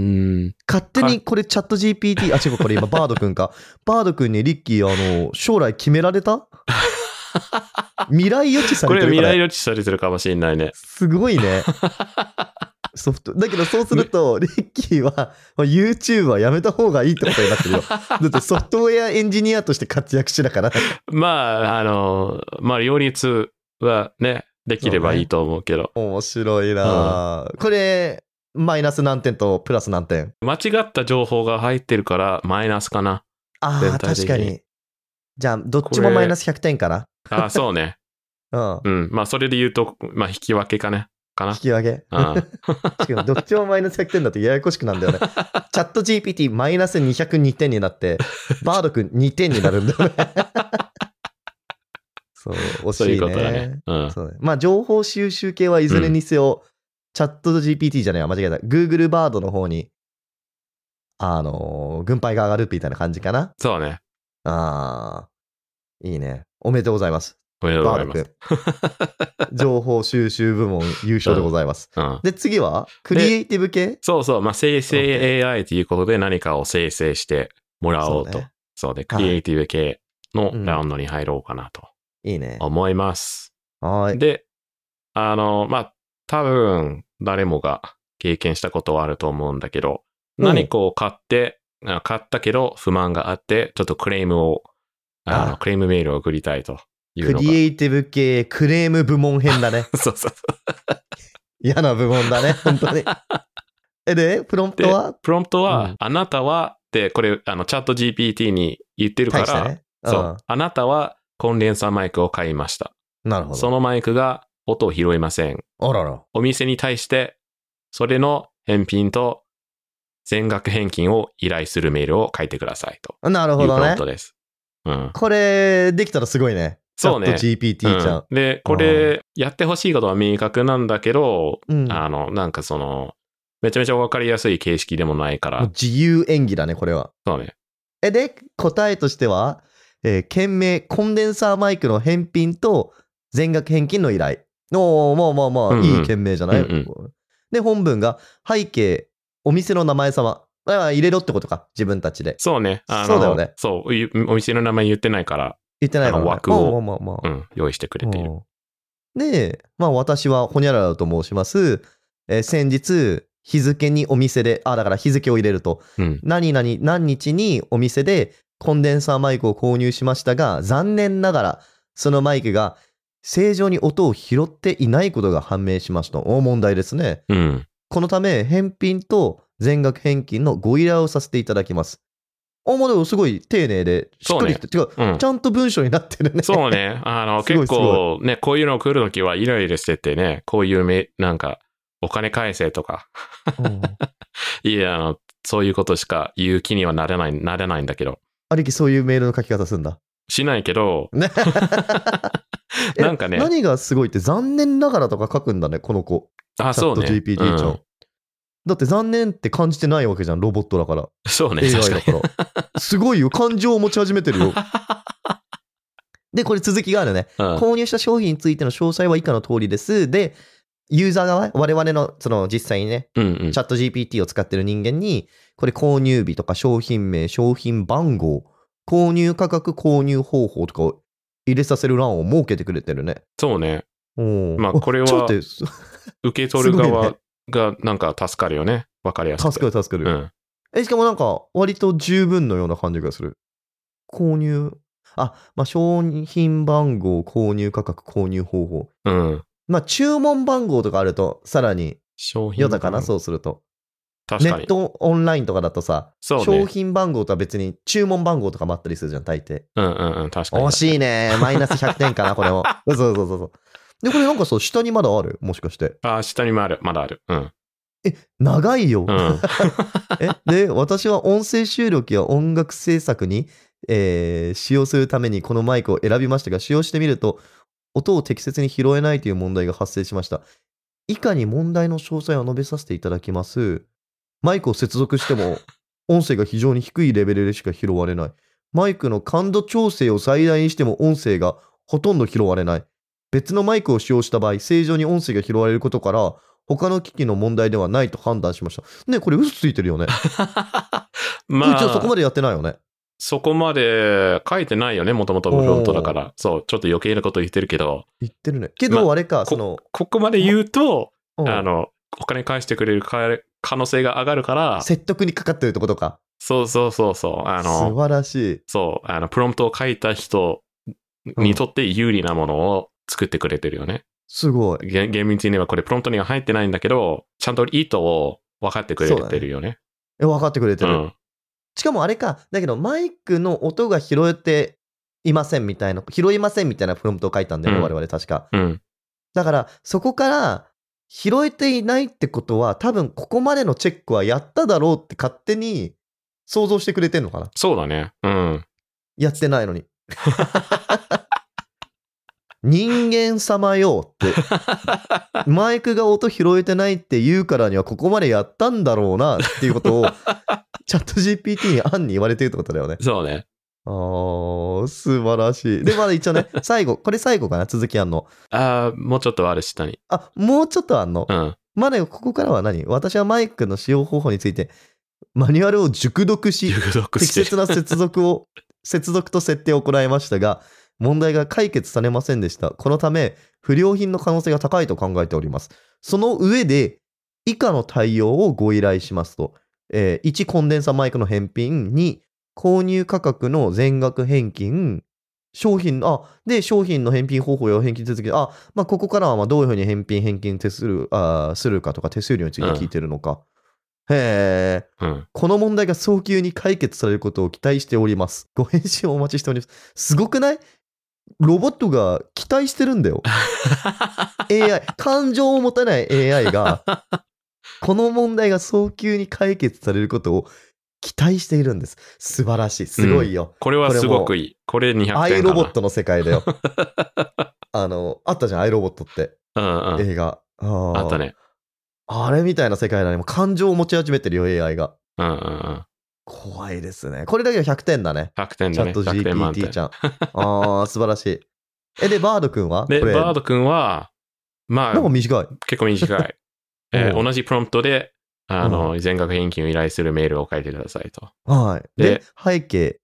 Speaker 2: ん。
Speaker 1: 勝手にこれチャット GPT、あ、違う、これ今バードくんか。バードくんにリッキー、あの、将来決められ た未来予知さ
Speaker 2: こ
Speaker 1: れ
Speaker 2: れ
Speaker 1: てる
Speaker 2: 未
Speaker 1: から
Speaker 2: 来予知されてるかもしれないね。
Speaker 1: すごいね。ソフト。だけどそうすると、リッキーは、まあ YouTube はやめた方がいいってことになってるよ。だってソフトウェアエンジニアとして活躍してたから。
Speaker 2: まあ、あの、まあ、両立はね、できればいいと思うけど、
Speaker 1: 面白いなあ、これ、マイナス何点とプラス何点
Speaker 2: 間違った情報が入ってるから、マイナスかな。
Speaker 1: ああ、
Speaker 2: 全体的に
Speaker 1: 確かに。じゃあ、どっちもマイナス100点かな。
Speaker 2: ああ、そうね。
Speaker 1: うん。
Speaker 2: うん。まあ、それで言うと、まあ、引き分けかね。かな
Speaker 1: 引。き分け。
Speaker 2: あ
Speaker 1: しかもどっちもマイナス100点だとややこしくなんだよ ね。チャット GPT マイナス202点になって、バード君2点になるんだ よね。そう、惜し
Speaker 2: そういう
Speaker 1: い
Speaker 2: ことだ
Speaker 1: ね
Speaker 2: ね。。うん。
Speaker 1: そうねまあ、情報収集系はいずれにせよ、チャット GPT じゃないわ、間違えた。Google バードの方に、あのー軍配が上がるみたいな感じかな。
Speaker 2: そうね。
Speaker 1: ああ、いいね。おめでとうございます。
Speaker 2: おめでとうご
Speaker 1: バ
Speaker 2: ざい
Speaker 1: ード
Speaker 2: ます。
Speaker 1: 君。情報収集部門優勝でござい ます。
Speaker 2: うん。
Speaker 1: で、次は、クリエイティブ系
Speaker 2: そうそう。まあ、生成 AI ということで何かを生成してもらおうと。
Speaker 1: そ
Speaker 2: そうう,、
Speaker 1: ね
Speaker 2: で、
Speaker 1: はい
Speaker 2: クリエイティブ系の
Speaker 1: うん
Speaker 2: ラウンドに入ろうかなと
Speaker 1: いいね。
Speaker 2: 思います。
Speaker 1: はーい。
Speaker 2: で、あの、まあ、多分、誰もが経験したことはあると思うんだけど、
Speaker 1: うん
Speaker 2: 何かを買って、あ買ったけど不満があって、ちょっとクレームを、あの、
Speaker 1: あ
Speaker 2: クレームメールを送りたいという
Speaker 1: ク
Speaker 2: の
Speaker 1: リエ
Speaker 2: が。
Speaker 1: イティブ系クレーム部門編 だね。
Speaker 2: そうそうそう。
Speaker 1: 嫌な部門だね、本当 に。え、で、プロンプトは
Speaker 2: プロンプトは、
Speaker 1: うん
Speaker 2: あなたは、って、これ、あの、チャット GPT に言ってるか
Speaker 1: 大した
Speaker 2: ら、
Speaker 1: ね。
Speaker 2: そう、あなたはコンデンサーマイクを買いました。
Speaker 1: うん。なるほ
Speaker 2: そ
Speaker 1: ど。
Speaker 2: のマイクが音を拾いません。
Speaker 1: あらら。
Speaker 2: お店に対して、それの返品と全額返金を依頼するメールを書いてくださいと
Speaker 1: なる
Speaker 2: いう
Speaker 1: ほ
Speaker 2: プ
Speaker 1: ど
Speaker 2: ロン
Speaker 1: ね
Speaker 2: プ。トです。うん。
Speaker 1: これ、できたらすごいね。
Speaker 2: そうね
Speaker 1: チャット GPT ちゃん。
Speaker 2: うんで、これ、やってほしいことは明確なんだけど、
Speaker 1: うん。も
Speaker 2: あの、なんかその、めちゃめちゃわかりやすい形式でもないか
Speaker 1: う
Speaker 2: ら、
Speaker 1: 自由演技だね、これは。
Speaker 2: そうね。
Speaker 1: え、で、答えとしては、えー件名、コンデンサーマイクの返品と全額返金の依頼。おー、まあまあまあ、
Speaker 2: うんうん
Speaker 1: いい件名じゃない、
Speaker 2: うん
Speaker 1: で、本文が、背景、お店の名前様。あ入れろってことか、自分たちで。
Speaker 2: そうね。あの
Speaker 1: そうだよね
Speaker 2: そうゆお店の名前言ってないから、
Speaker 1: 言ってないから、ね。
Speaker 2: あの枠を
Speaker 1: まあまあまあまあ
Speaker 2: うん、用意してくれている。
Speaker 1: うんで、まあ私はホニャララと申します。えー先日、日付にお店で、あ、だから日付を入れると、
Speaker 2: うん。
Speaker 1: 何々、何日にお店でコンデンサーマイクを購入しましたが、残念ながら、そのマイクが正常に音を拾っていないことが判明しました。お問題ですね。
Speaker 2: うん。
Speaker 1: このため、返品と全額返金のご依頼をさせていただきます。おもでもすごい丁寧で、しっかりして、違う、
Speaker 2: うん
Speaker 1: ち。ゃんと文章になってるね。
Speaker 2: そ うね。あの、
Speaker 1: すごい
Speaker 2: 結構ね、こういうの来るときはイライラしててね、こういうめ、なんか、お金返せとか、
Speaker 1: うん
Speaker 2: いや、あの、そういうことしか言う気にはなれない、なれないんだけど。
Speaker 1: 兄貴そういうメールの書き方すんだ。
Speaker 2: しないけど、
Speaker 1: ねえ
Speaker 2: なんかね
Speaker 1: 何がすごいって残念ながらとか書くんだね、この子。
Speaker 2: あ、そうね。
Speaker 1: チャット GPT ちゃん。
Speaker 2: うん
Speaker 1: だって残念って感じてないわけじゃん、ロボットだから。
Speaker 2: そうね、
Speaker 1: AI
Speaker 2: 確かに
Speaker 1: だ。から。 すごいよ、感情を持ち始めて るよ。で、これ続きがあるね。
Speaker 2: うん
Speaker 1: 購入した商品についての詳細は以下の通りです。で、ユーザー側、我々のその実際にね、
Speaker 2: うんうん
Speaker 1: チャット GPT を使ってる人間に、これ購入日とか商品名、商品番号、購入価格、購入方法とかを入れさせる欄を設けてくれてるね。
Speaker 2: そうね。
Speaker 1: おー
Speaker 2: まあこれは
Speaker 1: ちょっと待ってす
Speaker 2: 受け取る
Speaker 1: すごい
Speaker 2: 側
Speaker 1: ね
Speaker 2: がなんか助かるよね。わかりやすくて。
Speaker 1: 助かる助かる、
Speaker 2: うん。
Speaker 1: え。しかもなんか、割と十分のような感じがする。購入、あ、まあ、商品番号、購入価格、購入方法。
Speaker 2: うん。
Speaker 1: まあ、注文番号とかあると、さらに
Speaker 2: 商品。
Speaker 1: 豊かな、そうすると。
Speaker 2: 確
Speaker 1: ネ
Speaker 2: か
Speaker 1: ッ
Speaker 2: に。
Speaker 1: トオンラインとかだとさ、
Speaker 2: そうね
Speaker 1: 商品番号とは別に注文番号とかもあったりするじゃん、大抵。
Speaker 2: うんうんうん。確かに。
Speaker 1: 惜しいね。マイナス100点かな、これ も。そうそうそうそう。で、これなんかそう、下にまだあるもしかして。
Speaker 2: あ、下にもある。まだある。うん。
Speaker 1: 長いよ。
Speaker 2: うん
Speaker 1: えで、私は音声収録や音楽制作に、えー使用するためにこのマイクを選びましたが、使用してみると、音を適切に拾えないという問題が発生しました。以下に問題の詳細を述べさせていただきます。マイクを接続しても、音声が非常に低いレベルでしか拾われない。マイクの感度調整を最大にしても音声がほとんど拾われない。別のマイクを使用した場合、正常に音声が拾われることから、他の機器の問題ではないと判断しました。ね、これ嘘ついてるよね。
Speaker 2: まあ、
Speaker 1: 一応そこまでやってないよね。
Speaker 2: そこまで書いてないよね、もともとフロントだから。そう、ちょっと余計なこと言ってるけど、
Speaker 1: 言ってるね。け
Speaker 2: ま
Speaker 1: ど、
Speaker 2: あ
Speaker 1: あれか、
Speaker 2: こ
Speaker 1: その、
Speaker 2: ここまで言うと、
Speaker 1: うん
Speaker 2: あの、お金返してくれるか可能性が上がるから、
Speaker 1: 説得にかかってるってことか。
Speaker 2: そうそうそうそう、あ
Speaker 1: 素
Speaker 2: の、
Speaker 1: 晴らしい。
Speaker 2: そう、あの、プロンプトを書いた人にとって有利なものを作ってくれてるよね。
Speaker 1: すごい。
Speaker 2: げ厳密にはこれプロンプトには入ってないんだけど、ちゃんと意図を分かってくれてるよね。
Speaker 1: え、分かってくれて
Speaker 2: う
Speaker 1: る。
Speaker 2: ん。
Speaker 1: しかもあれか、だけど、マイクの音が拾えていませんみたいな、拾いませんみたいなプロンプトを書いたんだよね、
Speaker 2: うん
Speaker 1: 我々確か。
Speaker 2: うん。
Speaker 1: だから、そこから、拾えていないってことは、多分ここまでのチェックはやっただろうって勝手に想像してくれてんのかな
Speaker 2: そうだね。うん。
Speaker 1: やってないのに。人間様よって。マイクが音拾えてないって言うからにはここまでやったんだろうなっていうことを、チャット GPT に暗に言われてるってことだよね。
Speaker 2: そうね。
Speaker 1: あー、素晴らしい。で、まだ一応ね、最後、これ最後かな、続きあんの。
Speaker 2: あーもうちょっとある下に。
Speaker 1: あ、もうちょっとあんの
Speaker 2: う。ん。
Speaker 1: まだここからは何私はマイクの使用方法について、マニュアルを熟読し、
Speaker 2: 熟読
Speaker 1: 適
Speaker 2: してる
Speaker 1: 切な接続を、 接続と設定を行いましたが、問題が解決されませんでした。このため、不良品の可能性が高いと考えております。その上で、以下の対応をご依頼しますと。えー1、コンデンサマイクの返品。2、購入価格の全額返金。商品、あ、で、商品の返品方法や返金手続き。あ、まあ、ここからはまあどういうふうに返品、返金手数料あーするかとか、手数料について聞いてるのか。へー。
Speaker 2: うん。
Speaker 1: この問題が早急に解決されることを期待しております。ご返信をお待ちしております。すごくないロボットが期待してるん だよ。AI、感情を持たない AI が、この問題が早急に解決されることを期待しているんです。素晴らしい。すごいよ。
Speaker 2: これはすごくいい。これ200点かな。
Speaker 1: アイロボットの世界 だよ。あの、あったじゃん、アイロボットって。
Speaker 2: うんうん。
Speaker 1: 映画。あー
Speaker 2: あった。ね。
Speaker 1: あれみたいな世界なのに、もう感情を持ち始めてるよ、AI が。
Speaker 2: うんうんうん。
Speaker 1: 怖いですね。これだけは100点だね。
Speaker 2: 100点
Speaker 1: チ
Speaker 2: だ
Speaker 1: ャ
Speaker 2: ね。
Speaker 1: ット
Speaker 2: 100点満
Speaker 1: GPT
Speaker 2: 点
Speaker 1: ち。ゃん。 ああ、素晴らしい。え、で、バードくんは
Speaker 2: で、
Speaker 1: これ、
Speaker 2: バード君は、ま
Speaker 1: なんか
Speaker 2: あ、
Speaker 1: 短い。
Speaker 2: 結構 短い。えー
Speaker 1: おう
Speaker 2: 同じプロンプトで、あの、全額返金を依頼するメールを書いてくださいと。
Speaker 1: はい。で
Speaker 2: で、
Speaker 1: 背景。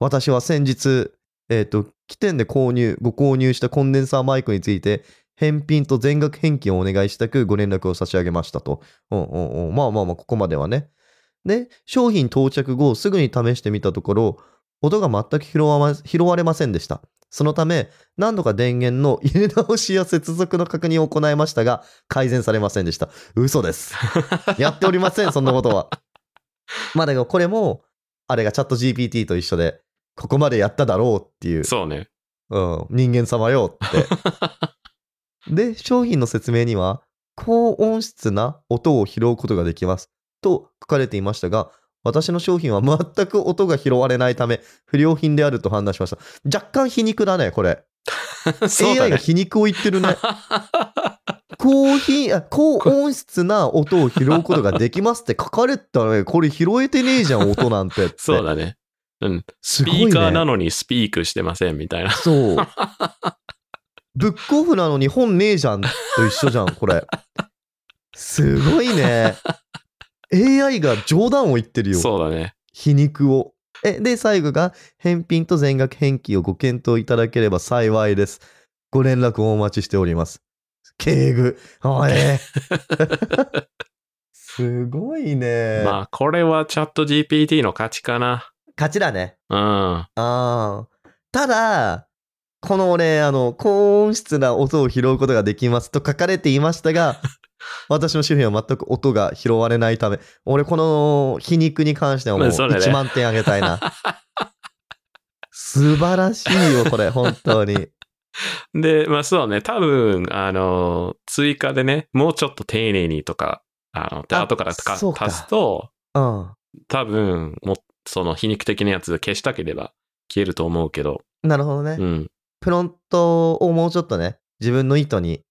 Speaker 1: 私は先日、えっ、と、起点で購入、ご購入したコンデンサーマイクについて、返品と全額返金をお願いしたくご連絡を差し上げましたと。うんうんうん。まあまあまあ、ここまではね。で、商品到着後、すぐに試してみたところ、音が全く拾わま拾われませんでした。そのため、何度か電源の 入れ直しや接続の確認を行いましたが、改善されませんでした。嘘です。やっておりません、そんなことは。まあだけど、これも、あれがチャット GPT と一緒で、ここまでやっただろうっていう、
Speaker 2: そうね。
Speaker 1: うん、人間様よ って。で、商品の説明には、高音質な音を拾うことができますと書かれていましたが、私の商品は全く音が拾われないため、不良品であると判断しました。若干皮肉だね、これ。
Speaker 2: そうだ
Speaker 1: AI が
Speaker 2: ね。
Speaker 1: 皮肉を言って るね。高品あ高音質な音を拾うことができますって書かれてたね。これ拾えてねえじゃん、音なんてって。
Speaker 2: そうだね。うん。
Speaker 1: す
Speaker 2: ス
Speaker 1: ご
Speaker 2: ピ
Speaker 1: いね
Speaker 2: ーカーなのにスピークしてませんみたいな。
Speaker 1: そう。 ブックオフなのに本ねえじゃんと一緒じゃん、これ。すごいね。 AI が冗談を言ってるよ。
Speaker 2: そうだね。
Speaker 1: 皮肉を。え、で、最後が、返品と全額返金をご検討いただければ幸いです。ご連絡をお待ちしております。敬具。あ えすごいね。
Speaker 2: まあ、これはチャット GPT の勝ちかな。
Speaker 1: 勝ちだね。
Speaker 2: うん。
Speaker 1: ああ。ただ、この俺、あの、高音質な音を拾うことができますと書かれていました が、私の周辺は全く音が拾われないため、俺この皮肉に関してはもう
Speaker 2: まあそれね
Speaker 1: 1万点あげたい な。素晴らしいよ、これ、本当に。
Speaker 2: で、まあそうね、多分、あの、追加でね、もうちょっと丁寧にとか、あの、で
Speaker 1: あ
Speaker 2: 後からか
Speaker 1: そうか
Speaker 2: 足すと、
Speaker 1: うん。
Speaker 2: 多分、もうその皮肉的なやつ消したければ消えると思うけど、
Speaker 1: なるほどね。
Speaker 2: うん。
Speaker 1: プロントをもうちょっとね、自分の意図に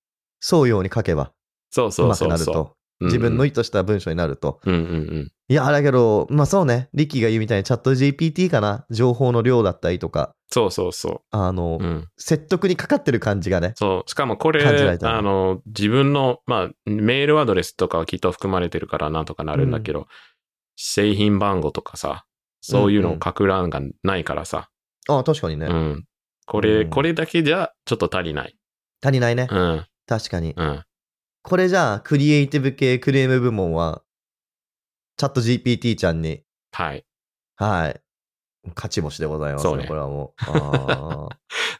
Speaker 1: 沿うように書けば、
Speaker 2: そう
Speaker 1: う
Speaker 2: そう
Speaker 1: まく
Speaker 2: そ
Speaker 1: な
Speaker 2: う
Speaker 1: る
Speaker 2: そ
Speaker 1: と。
Speaker 2: う。
Speaker 1: 自分の
Speaker 2: うん
Speaker 1: 意図した文章になると。
Speaker 2: うんうん
Speaker 1: いや、だけど、まあそうね、リッキーが言うみたいにチャット GPT かな、情報の量だったりとか、
Speaker 2: そうそうそ
Speaker 1: あの、
Speaker 2: う。うん。
Speaker 1: 説得にかかってる感じがね。
Speaker 2: そう。しかもこれ、
Speaker 1: 感じられたね
Speaker 2: あの、自分の、まあ、メールアドレスとかはきっと含まれてるからなんとかなるんだけど、製品番号とかさ、そういうのを書く欄がないからさ、
Speaker 1: ああ確かにね、
Speaker 2: うん。これ、
Speaker 1: うん
Speaker 2: これだけじゃちょっと足りない。
Speaker 1: 足りないね。
Speaker 2: うん、
Speaker 1: 確かに。
Speaker 2: うん。
Speaker 1: これじゃあ、クリエイティブ系クレーム部門は、チャット GPT ちゃんに、
Speaker 2: はい。
Speaker 1: はい。勝ち星でございますよ、
Speaker 2: そうね
Speaker 1: これは もう。あ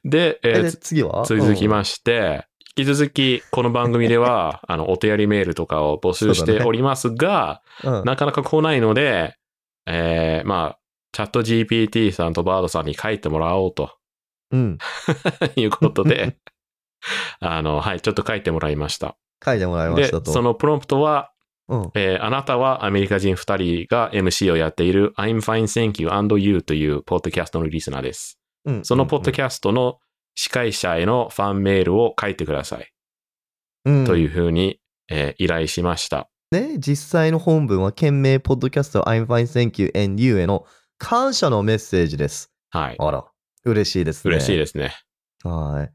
Speaker 1: ー
Speaker 2: で、え
Speaker 1: え
Speaker 2: ー
Speaker 1: で、
Speaker 2: つ
Speaker 1: 次は
Speaker 2: 続き
Speaker 1: す。
Speaker 2: まして、引き続き、この番組で は、あの、お手やりメールとかを募集しておりますが、
Speaker 1: うんうん
Speaker 2: なかなか来ないので、えー、まあ、チャット GPT さんとバードさんに書いてもらおうと
Speaker 1: うん。
Speaker 2: いうこ とで、あの、はい、ちょっと書いてもらいました。
Speaker 1: 書いてもらいまし
Speaker 2: で
Speaker 1: た、と。
Speaker 2: そのプロンプトは、
Speaker 1: うん、
Speaker 2: えーあなたはアメリカ人二人が MC をやっている I'm Fine Thank You and You というポッドキャストのリスナーです。
Speaker 1: うん
Speaker 2: そのポッドキャストの司会者へのファンメールを書いてください
Speaker 1: うん
Speaker 2: というふうに、えー依頼しました。
Speaker 1: で、実際の本文は、件名ポッドキャスト I'm fine, thank you, and you への感謝のメッセージです。
Speaker 2: はい。
Speaker 1: あら、嬉しいですね。
Speaker 2: 嬉しい
Speaker 1: で
Speaker 2: ですね。
Speaker 1: す。はい。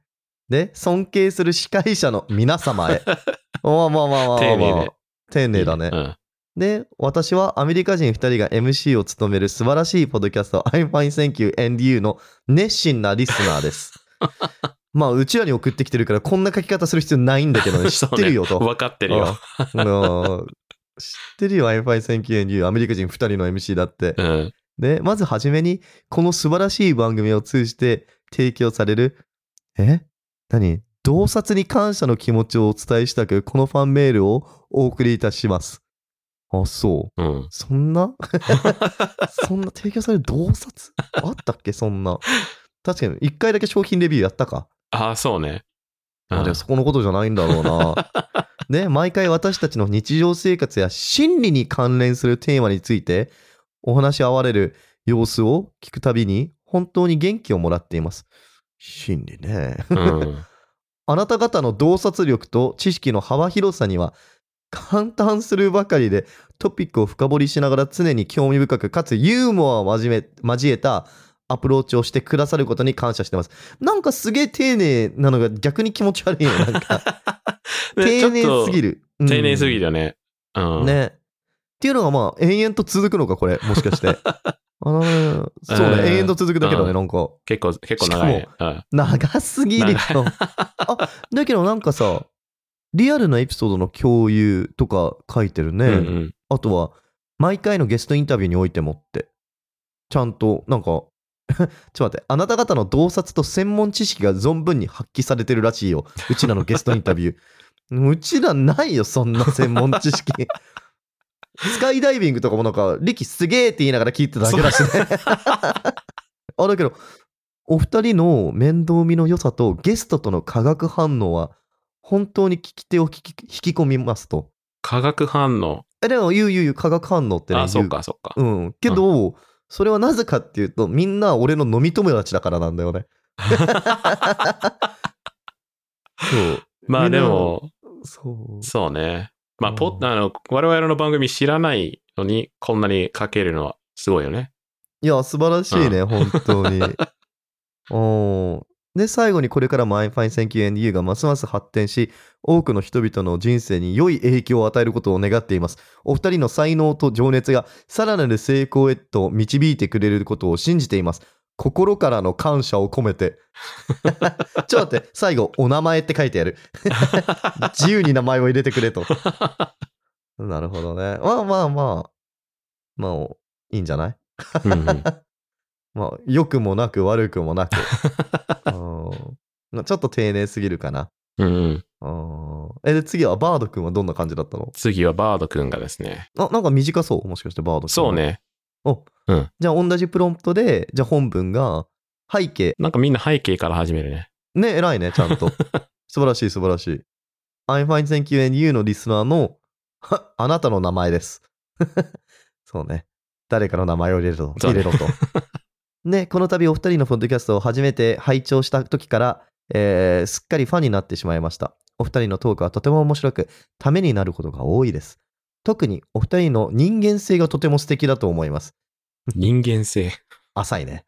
Speaker 1: で、尊敬する司会者の皆様 へ。まあまあまあまあまあ、まあ。
Speaker 2: 丁寧で。
Speaker 1: 丁寧だね。
Speaker 2: うん。
Speaker 1: で、私はアメリカ人2人が MC を務める素晴らしいポッドキャスト I'm fine, thank you, and you の熱心なリスナー です。まあ、うちらに送ってきてるから、こんな書き方する必要ないんだけどね、知ってるよ
Speaker 2: そ
Speaker 1: と
Speaker 2: うね。分かってるよ。
Speaker 1: うんうん知ってるよ、I'm fine, thank you, and you アメリカ人2人の MC だって
Speaker 2: う。ん。
Speaker 1: で、まずはじめに、この素晴らしい番組を通じて提供される、え何洞察に感謝の気持ちをお伝えしたく、このファンメールをお送りいたします。あ、そう。
Speaker 2: うん。
Speaker 1: そん なそんな提供される洞察あったっけそんな。確かに、一回だけ商品レビューやったか。
Speaker 2: ああ、そうね。う
Speaker 1: あで
Speaker 2: ん
Speaker 1: もそこのことじゃないんだろう な。ね、毎回私たちの日常生活や心理に関連するテーマについてお話し合われる様子を聞くたびに本当に元気をもらっています。心理ね。
Speaker 2: うん。
Speaker 1: あなた方の洞察力と知識の幅広さには簡単するばかりでトピックを深掘りしながら常に興味深くかつユーモアを交え交えたアプローチをしてくださることに感謝してます。なんかすげえ丁寧なのが逆に気持ち悪いよ。なんか
Speaker 2: で
Speaker 1: 丁寧すぎ
Speaker 2: る。
Speaker 1: る。
Speaker 2: 丁寧すぎ
Speaker 1: る。
Speaker 2: るよね。うん。
Speaker 1: ね。っていうのがまあ延々と続くのかこ れもしかして。あのーそうね、
Speaker 2: えー
Speaker 1: 延々と続くだけだ
Speaker 2: う
Speaker 1: ね
Speaker 2: ん
Speaker 1: なんか。
Speaker 2: 結構、結構長いね。うん。
Speaker 1: 長すぎるよ。あだけどなんかさリアルなエピソードの共有とか書いてるね、
Speaker 2: うんうん。
Speaker 1: あとは毎回のゲストインタビューにおいてもってちゃんとなんか ちょっと待ってあなた方の洞察と専門知識が存分に発揮されてるらしいようちらのゲストインタビュー うちらないよそんな専門知識 スカイダイビングとかもなんか力すげえって言いながら聞いてただけだしねあだけどお二人の面倒見の良さとゲストとの化学反応は本当に聞き手を引き引き込みますと
Speaker 2: 化学反応。
Speaker 1: えでも言う言う言う化学反応ってね
Speaker 2: あ、そ
Speaker 1: 言
Speaker 2: うか、そうか。
Speaker 1: うんけど、それはなぜかっていうとみんな俺の飲み友達だからなんだよ ねそう
Speaker 2: まあでも、
Speaker 1: そう
Speaker 2: そうね。まあ、
Speaker 1: うん
Speaker 2: ポッ、あの、我々の番組知らないのに、こんなに書けるのはすごいよね。
Speaker 1: いや素晴らしいね、本当にうんで、最後にこれからも I'm fine, thank you and you がますます発展し、多くの人々の人生に良い影響を与えることを願っています。お二人の才能と情熱がさらなる成功へと導いてくれることを信じています。心からの感謝を込めて。 ちょっと待って、最後、お名前って書いてやる。 自由に名前を入れてくれと。なるほどね。まあまあまあ。まあ、いいんじゃない
Speaker 2: うんうん
Speaker 1: まあ、良くもなく悪く もなく。うんまあちょっと丁寧すぎるかな。
Speaker 2: うんうん
Speaker 1: うんえ、で、次はバード君はどんな感じだったの
Speaker 2: 次はバードくんがですね。
Speaker 1: あ、なんか短そう。もしかしてバード君。
Speaker 2: そう。ね。
Speaker 1: じゃあ、同じプロンプトで、じゃあ本文が、背景。
Speaker 2: なんかみんな背景から始めるね。
Speaker 1: ね、偉いね、ちゃん と。素晴らしい、素晴らしい。I'm fine, thank you and you のリスナーの、はあなたの名前です。 そうね。誰かの名前を入れると。
Speaker 2: そう
Speaker 1: 入
Speaker 2: ね
Speaker 1: れろ と。ね、この度お二人のポッドキャストを初めて拝聴した時から、えーすっかりファンになってしまいました。お二人のトークはとても面白く、ためになることが多いです。特にお二人の人間性がとても素敵だと思います。
Speaker 2: 人間性。
Speaker 1: 浅いね。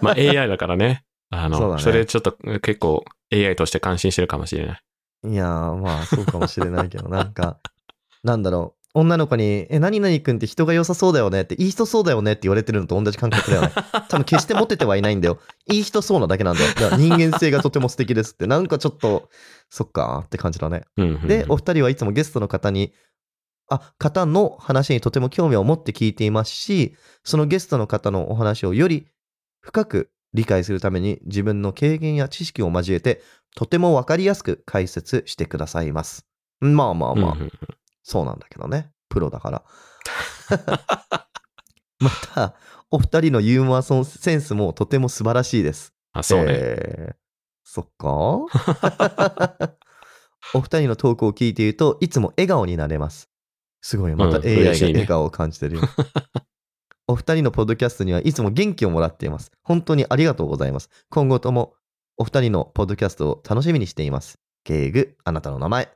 Speaker 2: まあ AI だか らね。あの、
Speaker 1: そう
Speaker 2: そ
Speaker 1: だね
Speaker 2: れちょっと結構 AI として感心してるかもしれない。
Speaker 1: いやー、まあ、そうかもしれないけど、なんか、 なんだろう。女の子に、え、何々君って人が良さそうだよねって、いい人そうだよねって言われてるのと同じ感覚だよね。多分決してモテてはいないんだよ。いい人そうなだけなんだよ。だから人間性がとても素敵ですって、なんかちょっと、そっかーって感じだね。
Speaker 2: うんうんうん
Speaker 1: で、お二人はいつもゲストの方に、あ、方の話にとても興味を持って聞いていますし、そのゲストの方のお話をより深く理解するために自分の経験や知識を交えて、とてもわかりやすく解説してくださいます。まあまあまあ、
Speaker 2: うんうん
Speaker 1: そうなんだけどね。プロだから。 また、お二人のユーモアソンセンスもとても素晴らしいです。
Speaker 2: あ、そうね。
Speaker 1: えーそっか。 お二人のトークを聞いていると、いつも笑顔になれます。すごい、また
Speaker 2: う
Speaker 1: AI
Speaker 2: ん
Speaker 1: が
Speaker 2: 嬉しいね
Speaker 1: 笑顔を感じてる よ。お二人のポッドキャストにはいつも元気をもらっています。本当にありがとうございます。今後ともお二人のポッドキャストを楽しみにしています。ゲーグ、あなたの名前。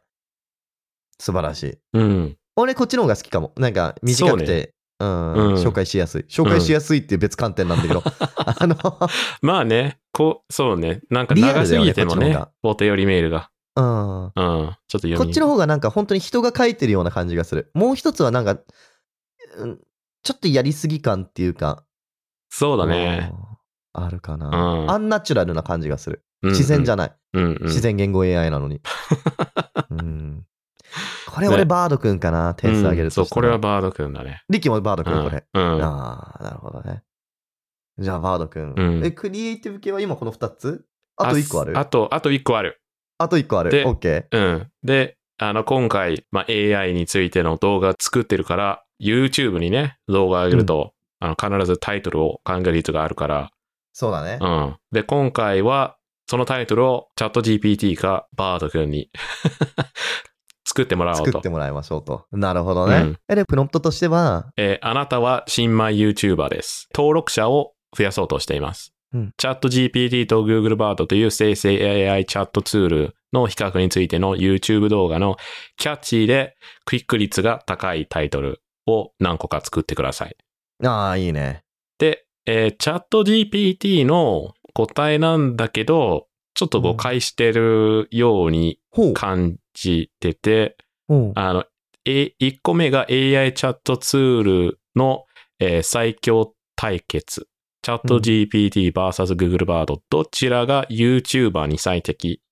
Speaker 1: 素晴らしい。
Speaker 2: うん。
Speaker 1: 俺、こっちの方が好きかも。なんか、短く
Speaker 2: そう
Speaker 1: て、うん
Speaker 2: うん
Speaker 1: 紹介しやすい。紹介しやすいっていう別観点なんだ けど、あの、
Speaker 2: まあね、こう、そうね。なんか
Speaker 1: リア
Speaker 2: 長
Speaker 1: ルだ
Speaker 2: す
Speaker 1: よね
Speaker 2: ぎても
Speaker 1: こっちの
Speaker 2: ね
Speaker 1: 方が、
Speaker 2: お便りメールが。
Speaker 1: うん。
Speaker 2: うん。ちょっと読み
Speaker 1: こっちの方がなんか本当に人が書いてるような感じがする。もう一つはなんか、うんちょっとやりすぎ感っていうか。
Speaker 2: そうだね。
Speaker 1: うん。あるか
Speaker 2: う
Speaker 1: な。
Speaker 2: ん。
Speaker 1: アンナチュラルな感じがする。自然じ
Speaker 2: ゃ、
Speaker 1: ゃない。
Speaker 2: うんうん、
Speaker 1: 自然言語 AI なの に。うんこれ
Speaker 2: ね
Speaker 1: 俺バードくんかな。点数上げ
Speaker 2: うん
Speaker 1: ると
Speaker 2: そう、
Speaker 1: した
Speaker 2: こ
Speaker 1: ら
Speaker 2: れはバードくんだね。
Speaker 1: リキもバード
Speaker 2: う
Speaker 1: くん、こ
Speaker 2: ん。
Speaker 1: れ。
Speaker 2: うん。
Speaker 1: ああ、なるほどね。じゃあバードく。
Speaker 2: うんん
Speaker 1: え、クリエイティブ系は今この2つあと1個ある
Speaker 2: あと、あと1個ある。
Speaker 1: あと1個ある
Speaker 2: で。
Speaker 1: オッケー。
Speaker 2: うん。で、あの、今回、まあ、AI についての動画作ってるから、YouTube にね、動画上げると、あの、必ずタイトルを考える必要があるから、
Speaker 1: そうだね。
Speaker 2: うん。で、今回は、そのタイトルをチャット GPT かバード君に 作ってもらおうと。
Speaker 1: 作ってもらいましょうと。なるほどね。
Speaker 2: うん
Speaker 1: えで、プロンプトとしては、
Speaker 2: えーあなたは新米 YouTuber です。登録者を増やそうとしています。
Speaker 1: うん
Speaker 2: チャット GPT と Google Bard という生成 AI チャットツールの比較についての YouTube 動画のキャッチーでクイック率が高いタイトルを何個か作ってください。
Speaker 1: ああ、いいね。
Speaker 2: で、えーチャット GPT の答えなんだけど、ちょっと誤解してるように
Speaker 1: ほう。
Speaker 2: 感じてて、
Speaker 1: ほう
Speaker 2: あの、え、1個目が AI チャットツールの、えー最強対決。チャット GPT vs Google Bard、どちらが YouTuber に最適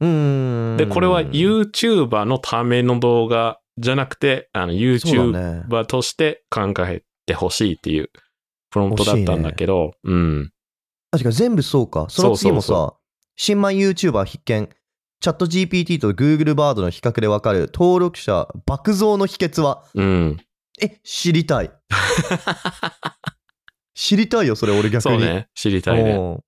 Speaker 1: うーん。
Speaker 2: で、これは
Speaker 1: う
Speaker 2: YouTuber のための動画じゃなくて、あの、
Speaker 1: そうだね
Speaker 2: YouTuber として考えてほしいっていうプロンプトだったんだけど、うん。
Speaker 1: 確か全部そうか。その次もさ、
Speaker 2: そうそう
Speaker 1: 新米 YouTuber 必見。チャット GPT と Google バードの比較でわかる登録者爆増の秘訣は
Speaker 2: うん。
Speaker 1: え、知り たい。知りたいよ、それ俺逆に。
Speaker 2: そうね。知りたいね。
Speaker 1: おう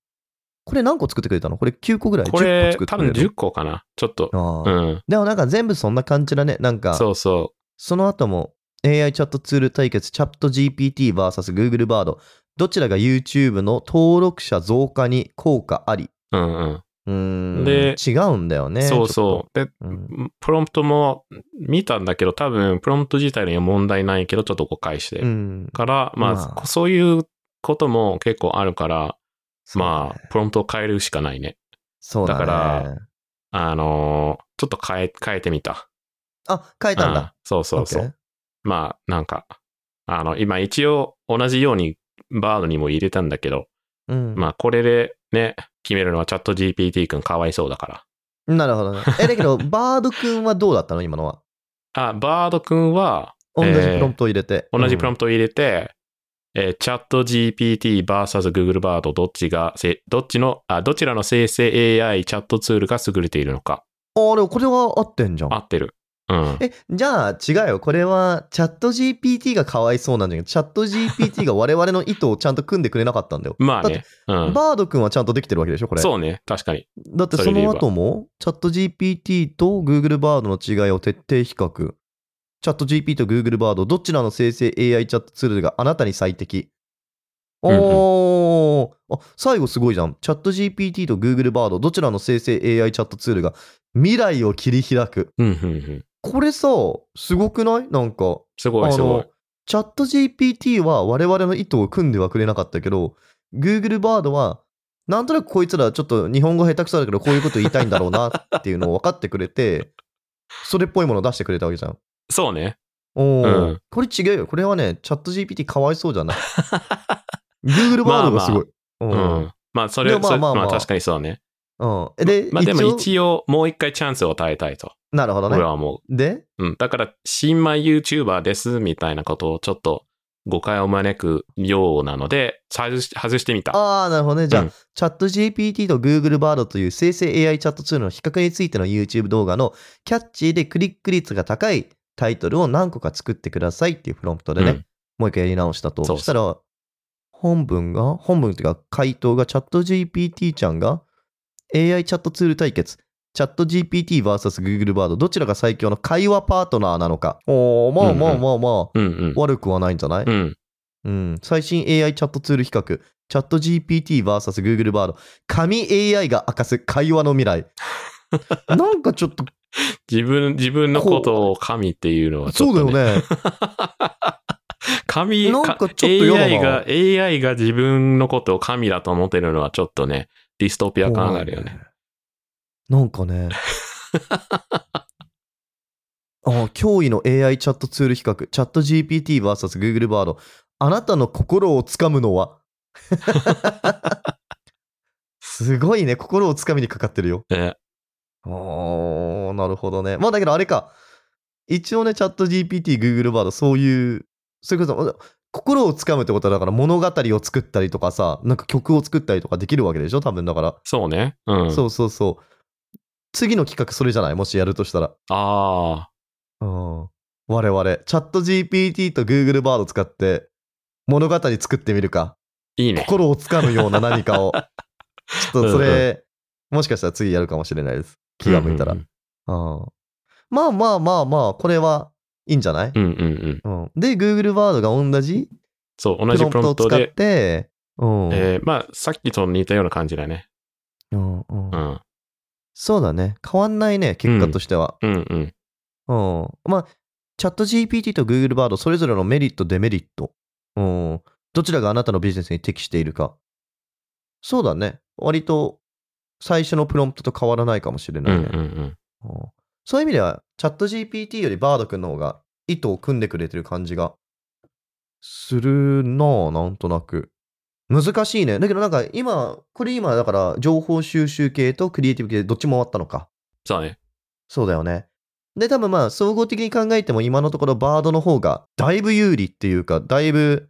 Speaker 1: これ何個作ってくれたのこれ9個ぐらい
Speaker 2: こ
Speaker 1: ?10 個
Speaker 2: れ
Speaker 1: 作、って
Speaker 2: 多
Speaker 1: く
Speaker 2: 分
Speaker 1: れる
Speaker 2: 10個かな。ちょっと。
Speaker 1: あ
Speaker 2: う
Speaker 1: あ
Speaker 2: ん。
Speaker 1: でもなんか全部そんな感じだね。なんか、
Speaker 2: そうそ
Speaker 1: その後も AI チャットツール対決チャット GPTVSGoogle バードどちらが YouTube の登録者増加に効果あり
Speaker 2: う。うんうん。
Speaker 1: うーん
Speaker 2: で
Speaker 1: 違うんだよね
Speaker 2: そうそう。で、
Speaker 1: ちょっとうん
Speaker 2: プロンプトも見たんだけど、多分、プロンプト自体には問題ないけど、ちょっと誤解して
Speaker 1: う
Speaker 2: る
Speaker 1: ん
Speaker 2: から、まあ、
Speaker 1: まあ
Speaker 2: そういうことも結構あるから、
Speaker 1: そうね
Speaker 2: まあ、プロンプトを変えるしかないね。
Speaker 1: そうだ,、ね、
Speaker 2: だからあの、ちょっと変え、変えてみた。
Speaker 1: あ、変えたんだ。
Speaker 2: うんそうそうそう。まあ、なんか、あの、今一応同じようにバードにも入れたんだけ
Speaker 1: OK。
Speaker 2: ど、
Speaker 1: うん。
Speaker 2: まあ、これでね、決めるのはチャット GPT 君かわいそうだから。
Speaker 1: なるほど ね。え、だけど、バードくんはどうだったの今のは。
Speaker 2: あ、バード君は、
Speaker 1: 同じ
Speaker 2: えー
Speaker 1: プロンプトを入れて。
Speaker 2: 同じプロ
Speaker 1: ン
Speaker 2: ンプトを入れて、えーチャット GPT vs Google バード、どっちがせ、どっちの、あ、どちらの生成 AI チャットツールが優れているのか。
Speaker 1: ト。あれ、これは合ってんじゃ
Speaker 2: 合
Speaker 1: ん。
Speaker 2: ってる。うん。。
Speaker 1: え、じゃあ違うよ。これはチャット GPT がかわいそうなんだけど、チャット GPT が我々の意図をちゃんと組んでくれなかったんだよ
Speaker 2: まあ
Speaker 1: だっ
Speaker 2: ね。うん。
Speaker 1: バードくんはちゃんとできてるわけでしょ、これ。
Speaker 2: そうね。確かに。
Speaker 1: だってその後も、チャット GPT と Google バードの違いを徹底比較。チャット GPT と Google バード、どちらの生成 AI チャットツールがあなたに最適おー、あ、最後すごいじゃん。チャット GPT と Google バード、どちらの生成 AI チャットツールが未来を切り開く。
Speaker 2: うん、うん、うん。
Speaker 1: これさ、すごくないなんか。
Speaker 2: すごい、
Speaker 1: あ
Speaker 2: すごい
Speaker 1: の。、チャット GPT は我々の意図を組んではくれなかったけど、Google バードは、なんとなくこいつらちょっと日本語下手くそだけど、こういうこと言いたいんだろうなっていうのを分かってくれて、それっぽいものを出してくれたわけじゃん。
Speaker 2: そうね。
Speaker 1: おー
Speaker 2: うん
Speaker 1: これ違うよ。これはね、チャット GPT かわいそうじゃない。Google バードがすごい。
Speaker 2: う
Speaker 1: うん
Speaker 2: ん。まあ、それ、
Speaker 1: でもまあ
Speaker 2: それ
Speaker 1: まあまあ
Speaker 2: 確かにそうね。
Speaker 1: うんで、
Speaker 2: まあ、でも
Speaker 1: 応、
Speaker 2: 一応、もう一回チャンスを与えたいと。
Speaker 1: なるほど
Speaker 2: 俺
Speaker 1: ね。
Speaker 2: は思
Speaker 1: で、
Speaker 2: う。うん。だから、新米 YouTuber です、みたいなことをちょっと誤解を招くようなので、外し外してみた。
Speaker 1: ああ、なるほどね。じゃあ、
Speaker 2: うん
Speaker 1: チャット GPT と Google バードという生成 AI チャットツールの比較についての YouTube 動画のキャッチーでクリック率が高いタイトルを何個か作ってくださいっていうプロンプトでね、
Speaker 2: うん
Speaker 1: もう一回やり直したと。
Speaker 2: そ
Speaker 1: そう
Speaker 2: そう
Speaker 1: したら、本文が、本文っていうか回答がチャット GPT ちゃんが AI チャットツール対決。チャット GPTVS Google バードどちらが最強の会話パートナーなのか。おー、まあまあまあまあ、
Speaker 2: うんうん。
Speaker 1: 悪くはないんじゃない、
Speaker 2: うん。
Speaker 1: うん、最新 AI チャットツール比較、チャット GPTVSGoogle バード、紙 AI が明かす会話の未 来。なんかちょっと、
Speaker 2: 自分、自分のことを神っていうのはち
Speaker 1: そ
Speaker 2: ょっ
Speaker 1: う
Speaker 2: と、
Speaker 1: だ
Speaker 2: ね。
Speaker 1: よね。
Speaker 2: 神、
Speaker 1: なん
Speaker 2: か
Speaker 1: かちょっと嫌だな
Speaker 2: AI が、AI が自分のことを神だと思ってるのはちょっとね、ディストピア感があるよね。。
Speaker 1: なんか ね。あ驚異の AI チャットツール比較、チャット GPTVSGoogle バード、あなたの心をつかむのは すごいね、心をつかみにかかってるよ。
Speaker 2: え
Speaker 1: おー、なるほどね。まあだけどあれか。一応ね、チャット GPT、Google バード、そういう、それこそ、心をつかむってことは、だから物語を作ったりとかさ、なんか曲を作ったりとかできるわけでしょ多分だから。
Speaker 2: そうね。うん。
Speaker 1: そうそうそう。次の企画それじゃないもしやるとしたら。
Speaker 2: ああ。
Speaker 1: うん。我々、チャット GPT と Google バード使って、物語作ってみるか。
Speaker 2: いいね。
Speaker 1: 心をつかむような何 かを。ちょっとそ
Speaker 2: うん
Speaker 1: れ、もしかしたら次やるかもしれないです。気が向いたら。
Speaker 2: うん
Speaker 1: うんまあまあまあまあ、これはいいんじゃない、
Speaker 2: うんうん。うんうんうん
Speaker 1: うんで、Google ワードが同じ
Speaker 2: そう、同じプロンプ
Speaker 1: プロ
Speaker 2: ト
Speaker 1: ンプトを使っ
Speaker 2: で、
Speaker 1: て、うん
Speaker 2: えーまあ、さっきと似たような感じだね。
Speaker 1: うんうん
Speaker 2: うん。
Speaker 1: そうだね。変わんないね、結果としては。
Speaker 2: うんうん。
Speaker 1: うんまあ、チャット GPT と Google ワード、それぞれのメリット、デメリット、うん。どちらがあなたのビジネスに適しているか。そうだね。割と最初のプロンプトと変わらないかもしれ
Speaker 2: う
Speaker 1: なんいね。
Speaker 2: うんうん。
Speaker 1: うんそういう意味では、チャット GPT よりバード君の方が意図を組んでくれてる感じがするなぁ、なんとなく。難しいね。だけどなんか今、これ今だから情報収集系とクリエイティブ系どっちも終わったのか。
Speaker 2: そうね。
Speaker 1: そうだよね。で、多分まあ総合的に考えても今のところバードの方がだいぶ有利っていうか、だいぶ、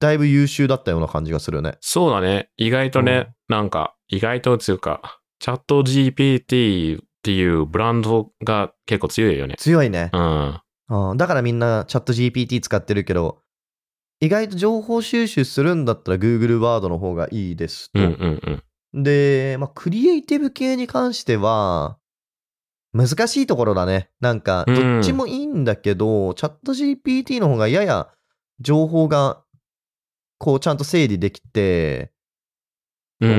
Speaker 1: だいぶ優秀だったような感じがするね。
Speaker 2: そうだね。意外とね、なんか、意外とつうか、チャット GPT っていうブランドが結構強いよね。
Speaker 1: 強いね
Speaker 2: う。ん。
Speaker 1: うん、だからみんなチャット GPT 使ってるけど、意外と情報収集するんだったら Google ワードの方がいいですと。
Speaker 2: うんうんうん。
Speaker 1: で、まあ、クリエイティブ系に関しては、難しいところだね。なんか、
Speaker 2: うん
Speaker 1: どっちもいいんだけど、チャット GPT の方がやや情報が、こう、ちゃんと整理できて、
Speaker 2: う。
Speaker 1: うんー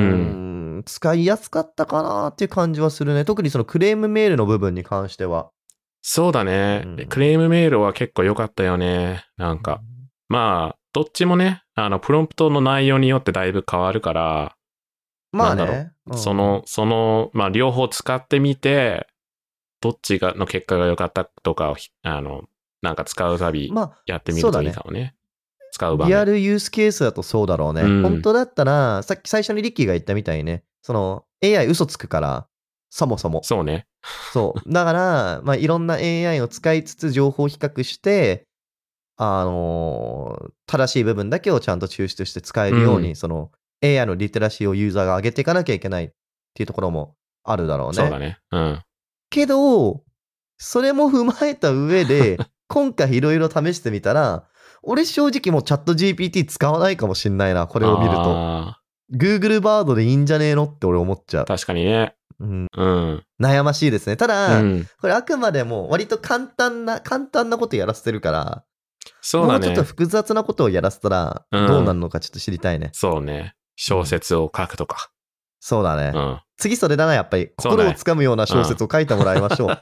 Speaker 1: ん使いやすかったかなっていう感じはするね。特にそのクレームメールの部分に関しては。
Speaker 2: そうだね、
Speaker 1: うん
Speaker 2: クレームメールは結構良かったよね。なんか、まあ、どっちもね、あの、プロンプトの内容によってだいぶ変わるから、
Speaker 1: まあ
Speaker 2: なんだ
Speaker 1: ね。うん
Speaker 2: そ、の、その、まあ、両方使ってみて、どっちが、の結果が良かったとかをひ、あの、なんか使うたび、
Speaker 1: まあ、
Speaker 2: やってみる
Speaker 1: そ
Speaker 2: と
Speaker 1: うだ
Speaker 2: い
Speaker 1: ね
Speaker 2: いかもね。使う場
Speaker 1: リア
Speaker 2: 面。
Speaker 1: ルユースケースだとそうだろうね。
Speaker 2: うん
Speaker 1: 本当だったら、さっき最初にリッキーが言ったみたいにね、その AI 嘘つくから、そもそも。
Speaker 2: そうね。
Speaker 1: そう。だから、まあ、いろんな AI を使いつつ情報を比較して、あのー正しい部分だけをちゃんと抽出して使えるように、
Speaker 2: う
Speaker 1: その AI のリテラシーをユーザーが上げていかなきゃいけないっていうところもあるだろうね。
Speaker 2: そうだね。うん。
Speaker 1: けど、それも踏まえた上 で、今回いろいろ試してみたら、俺正直もうチャット GPT 使わないかもしんないな、こ
Speaker 2: こ
Speaker 1: れを見ると。Google バードでいいんじゃねえのって俺思っちゃう。
Speaker 2: 確かにね。
Speaker 1: うん、
Speaker 2: うん。
Speaker 1: 悩ましいですね。た
Speaker 2: う
Speaker 1: だ、
Speaker 2: ん。
Speaker 1: これあくまでも割と簡単な、簡単なことやらせてるから、
Speaker 2: そう
Speaker 1: もう
Speaker 2: だ
Speaker 1: ちょっ
Speaker 2: ね
Speaker 1: と。複雑なことをやらせたら、
Speaker 2: うん
Speaker 1: どうなるのかちょっと知りたいね。
Speaker 2: そうね。小説を書くとか。
Speaker 1: そうだね。
Speaker 2: うん。
Speaker 1: 次それだな、やっぱり。
Speaker 2: そうね
Speaker 1: 心をつかむような小説を書いてもらいましょう。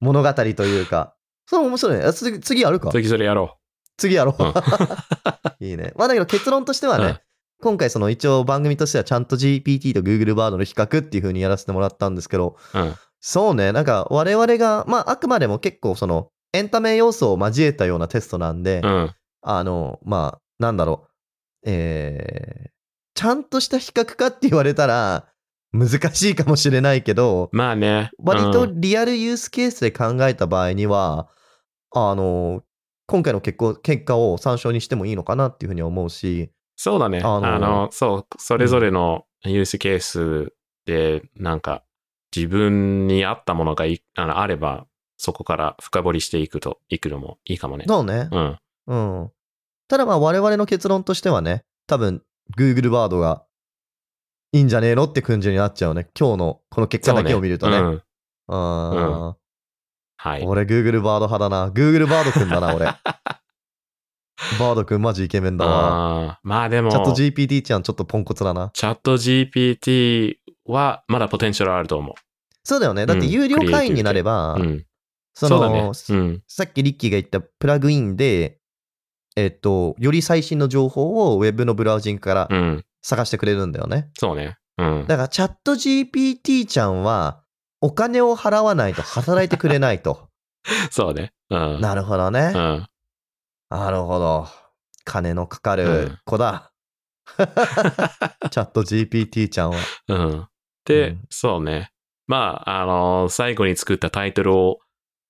Speaker 1: 物語というか。それ面白いね。あ次、次やるか
Speaker 2: 次それやろ
Speaker 1: 次やろう
Speaker 2: う。う。ん。
Speaker 1: いいね。まあだけど結論としてはね、
Speaker 2: うん
Speaker 1: 今回その一応番組としてはちゃんと GPT と Google バードの比較っていう風にやらせてもらったんですけど、
Speaker 2: うん
Speaker 1: そうね、なんか我々が、まああくまでも結構そのエンタメ要素を交えたようなテストなんで、
Speaker 2: うん。
Speaker 1: あの、まあなんだろう、えー、ちゃんとした比較かって言われたら難しいかもしれないけど、
Speaker 2: まあね。
Speaker 1: 割と
Speaker 2: うん
Speaker 1: リアルユースケースで考えた場合には、あの、今回の結果結果を参照にしてもいいのかなっていうふうに思うし、
Speaker 2: そうだね。
Speaker 1: あの
Speaker 2: あの、そう、それぞれのユースケースで、なんか、自分に合ったものがいあのあれば、そこから深掘りしていくと、いくのもいいかもね。
Speaker 1: そうね。
Speaker 2: うん。
Speaker 1: うん。ただまあ我々の結論としてはね、多分 Google ワードがいいんじゃねえのって感じになっちゃうね。今日のこの結果だけを見るとね。
Speaker 2: そううん
Speaker 1: あ
Speaker 2: は
Speaker 1: ー
Speaker 2: い。
Speaker 1: 俺 Google ワード派だな。Google バードくんだ な、俺。バードくんマジイケメンだわ。
Speaker 2: あーまあでも、
Speaker 1: チャット GPT ちゃんちょっとポンコツだな。
Speaker 2: チャット GPT はまだポテンシャルあると思
Speaker 1: そうだよね。だって
Speaker 2: うん
Speaker 1: 有料会員になれば、
Speaker 2: う。うん。
Speaker 1: そ
Speaker 2: そう
Speaker 1: の
Speaker 2: だね。うん。
Speaker 1: さっきリッキーが言ったプラグインで、えっと、より最新の情報をウェブのブラウジングから
Speaker 2: うん。
Speaker 1: 探してくれるんだよね。
Speaker 2: そうね。うん。
Speaker 1: だからチャット GPT ちゃんはお金を払わないと働いてくれないと。
Speaker 2: そうね。 うん。
Speaker 1: なるほどね
Speaker 2: う。ん。
Speaker 1: なるほど。金のかかる子 だ。チャット GPT ちゃんは。
Speaker 2: うん。で、
Speaker 1: うん
Speaker 2: そうね。まあ、あの最後に作ったタイトルを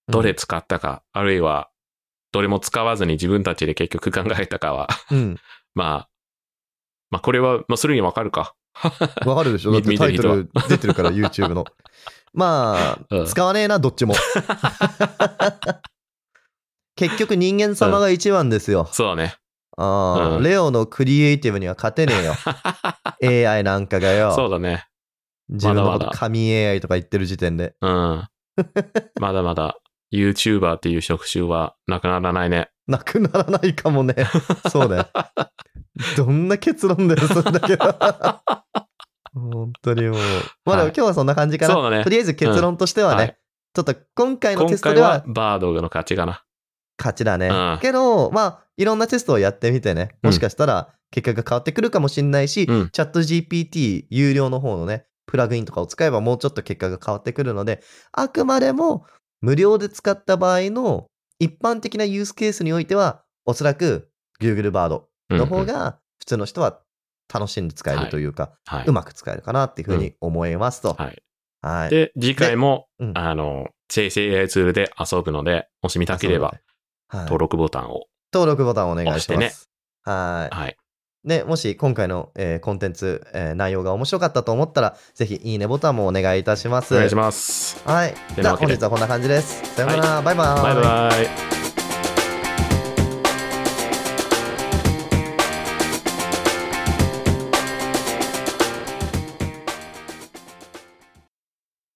Speaker 2: どれ使ったか、あるいは、どれも使わずに自分たちで結局考えたかは、
Speaker 1: うん。
Speaker 2: まあ、まあ、これは、まあ、するにわかるか。
Speaker 1: わかるでしょだって
Speaker 2: 見
Speaker 1: タ
Speaker 2: て
Speaker 1: イ
Speaker 2: る
Speaker 1: ト
Speaker 2: 人は
Speaker 1: ル出てるから YouTube の。ま
Speaker 2: う
Speaker 1: あ、
Speaker 2: ん
Speaker 1: 使わねえな、どっち も。結局人間様が一番ですよ。
Speaker 2: そうね。
Speaker 1: ああ、
Speaker 2: うん
Speaker 1: レオのクリエイティブには勝てね えよ。AI なんかが
Speaker 2: そう
Speaker 1: よ。
Speaker 2: だね。
Speaker 1: 自分のこ
Speaker 2: まだ
Speaker 1: と
Speaker 2: まだ
Speaker 1: 神 AI とか言ってる時点で。
Speaker 2: うん。 まだまだ、YouTuber っていう職種はなくならないね。
Speaker 1: なくならないか もね。そうだよ。どんな結論だよ、それだけ は。本当にもう。まあでも
Speaker 2: はい
Speaker 1: 今日はそんな感じかな。
Speaker 2: そうだね
Speaker 1: とりあえず結論としてはね、
Speaker 2: はい
Speaker 1: ちょっと今回の
Speaker 2: 今
Speaker 1: テスト
Speaker 2: 回
Speaker 1: で
Speaker 2: は
Speaker 1: は
Speaker 2: バードの勝ちかな。
Speaker 1: 勝ちだね。
Speaker 2: うん
Speaker 1: けど、まあ、いろんなテストをやってみてね、
Speaker 2: うん
Speaker 1: もしかしたら結果が変わってくるかもしれないし、
Speaker 2: うん
Speaker 1: チャット GPT 有料の方のね、プラグインとかを使えばもうちょっと結果が変わってくるので、あくまでも無料で使った場合の一般的なユースケースにおいては、おそらく Google バード
Speaker 2: うん
Speaker 1: の方
Speaker 2: うん
Speaker 1: が普通の人は楽しんで使えるというか、。
Speaker 2: はいう
Speaker 1: まく使えるかなっていうふうに思いますと。
Speaker 2: はい。
Speaker 1: はい。
Speaker 2: で、次回も、
Speaker 1: うん
Speaker 2: あの、生成 AI ツールで遊ぶので、もし見たければ、
Speaker 1: はい
Speaker 2: 登録ボタンを。
Speaker 1: 登録ボタンお願いしま
Speaker 2: 押
Speaker 1: す。はい。
Speaker 2: はい。
Speaker 1: ね、もし今回の、えーコンテンツ、えー内容が面白かったと思ったら、ぜひいいねボタンもお願いいたします。
Speaker 2: お願いします。
Speaker 1: はい。
Speaker 2: て
Speaker 1: じゃ
Speaker 2: な
Speaker 1: あ
Speaker 2: わけ
Speaker 1: 本
Speaker 2: で
Speaker 1: 日はこんな感じです。さようなら、バイバーイ。
Speaker 2: バイバイ。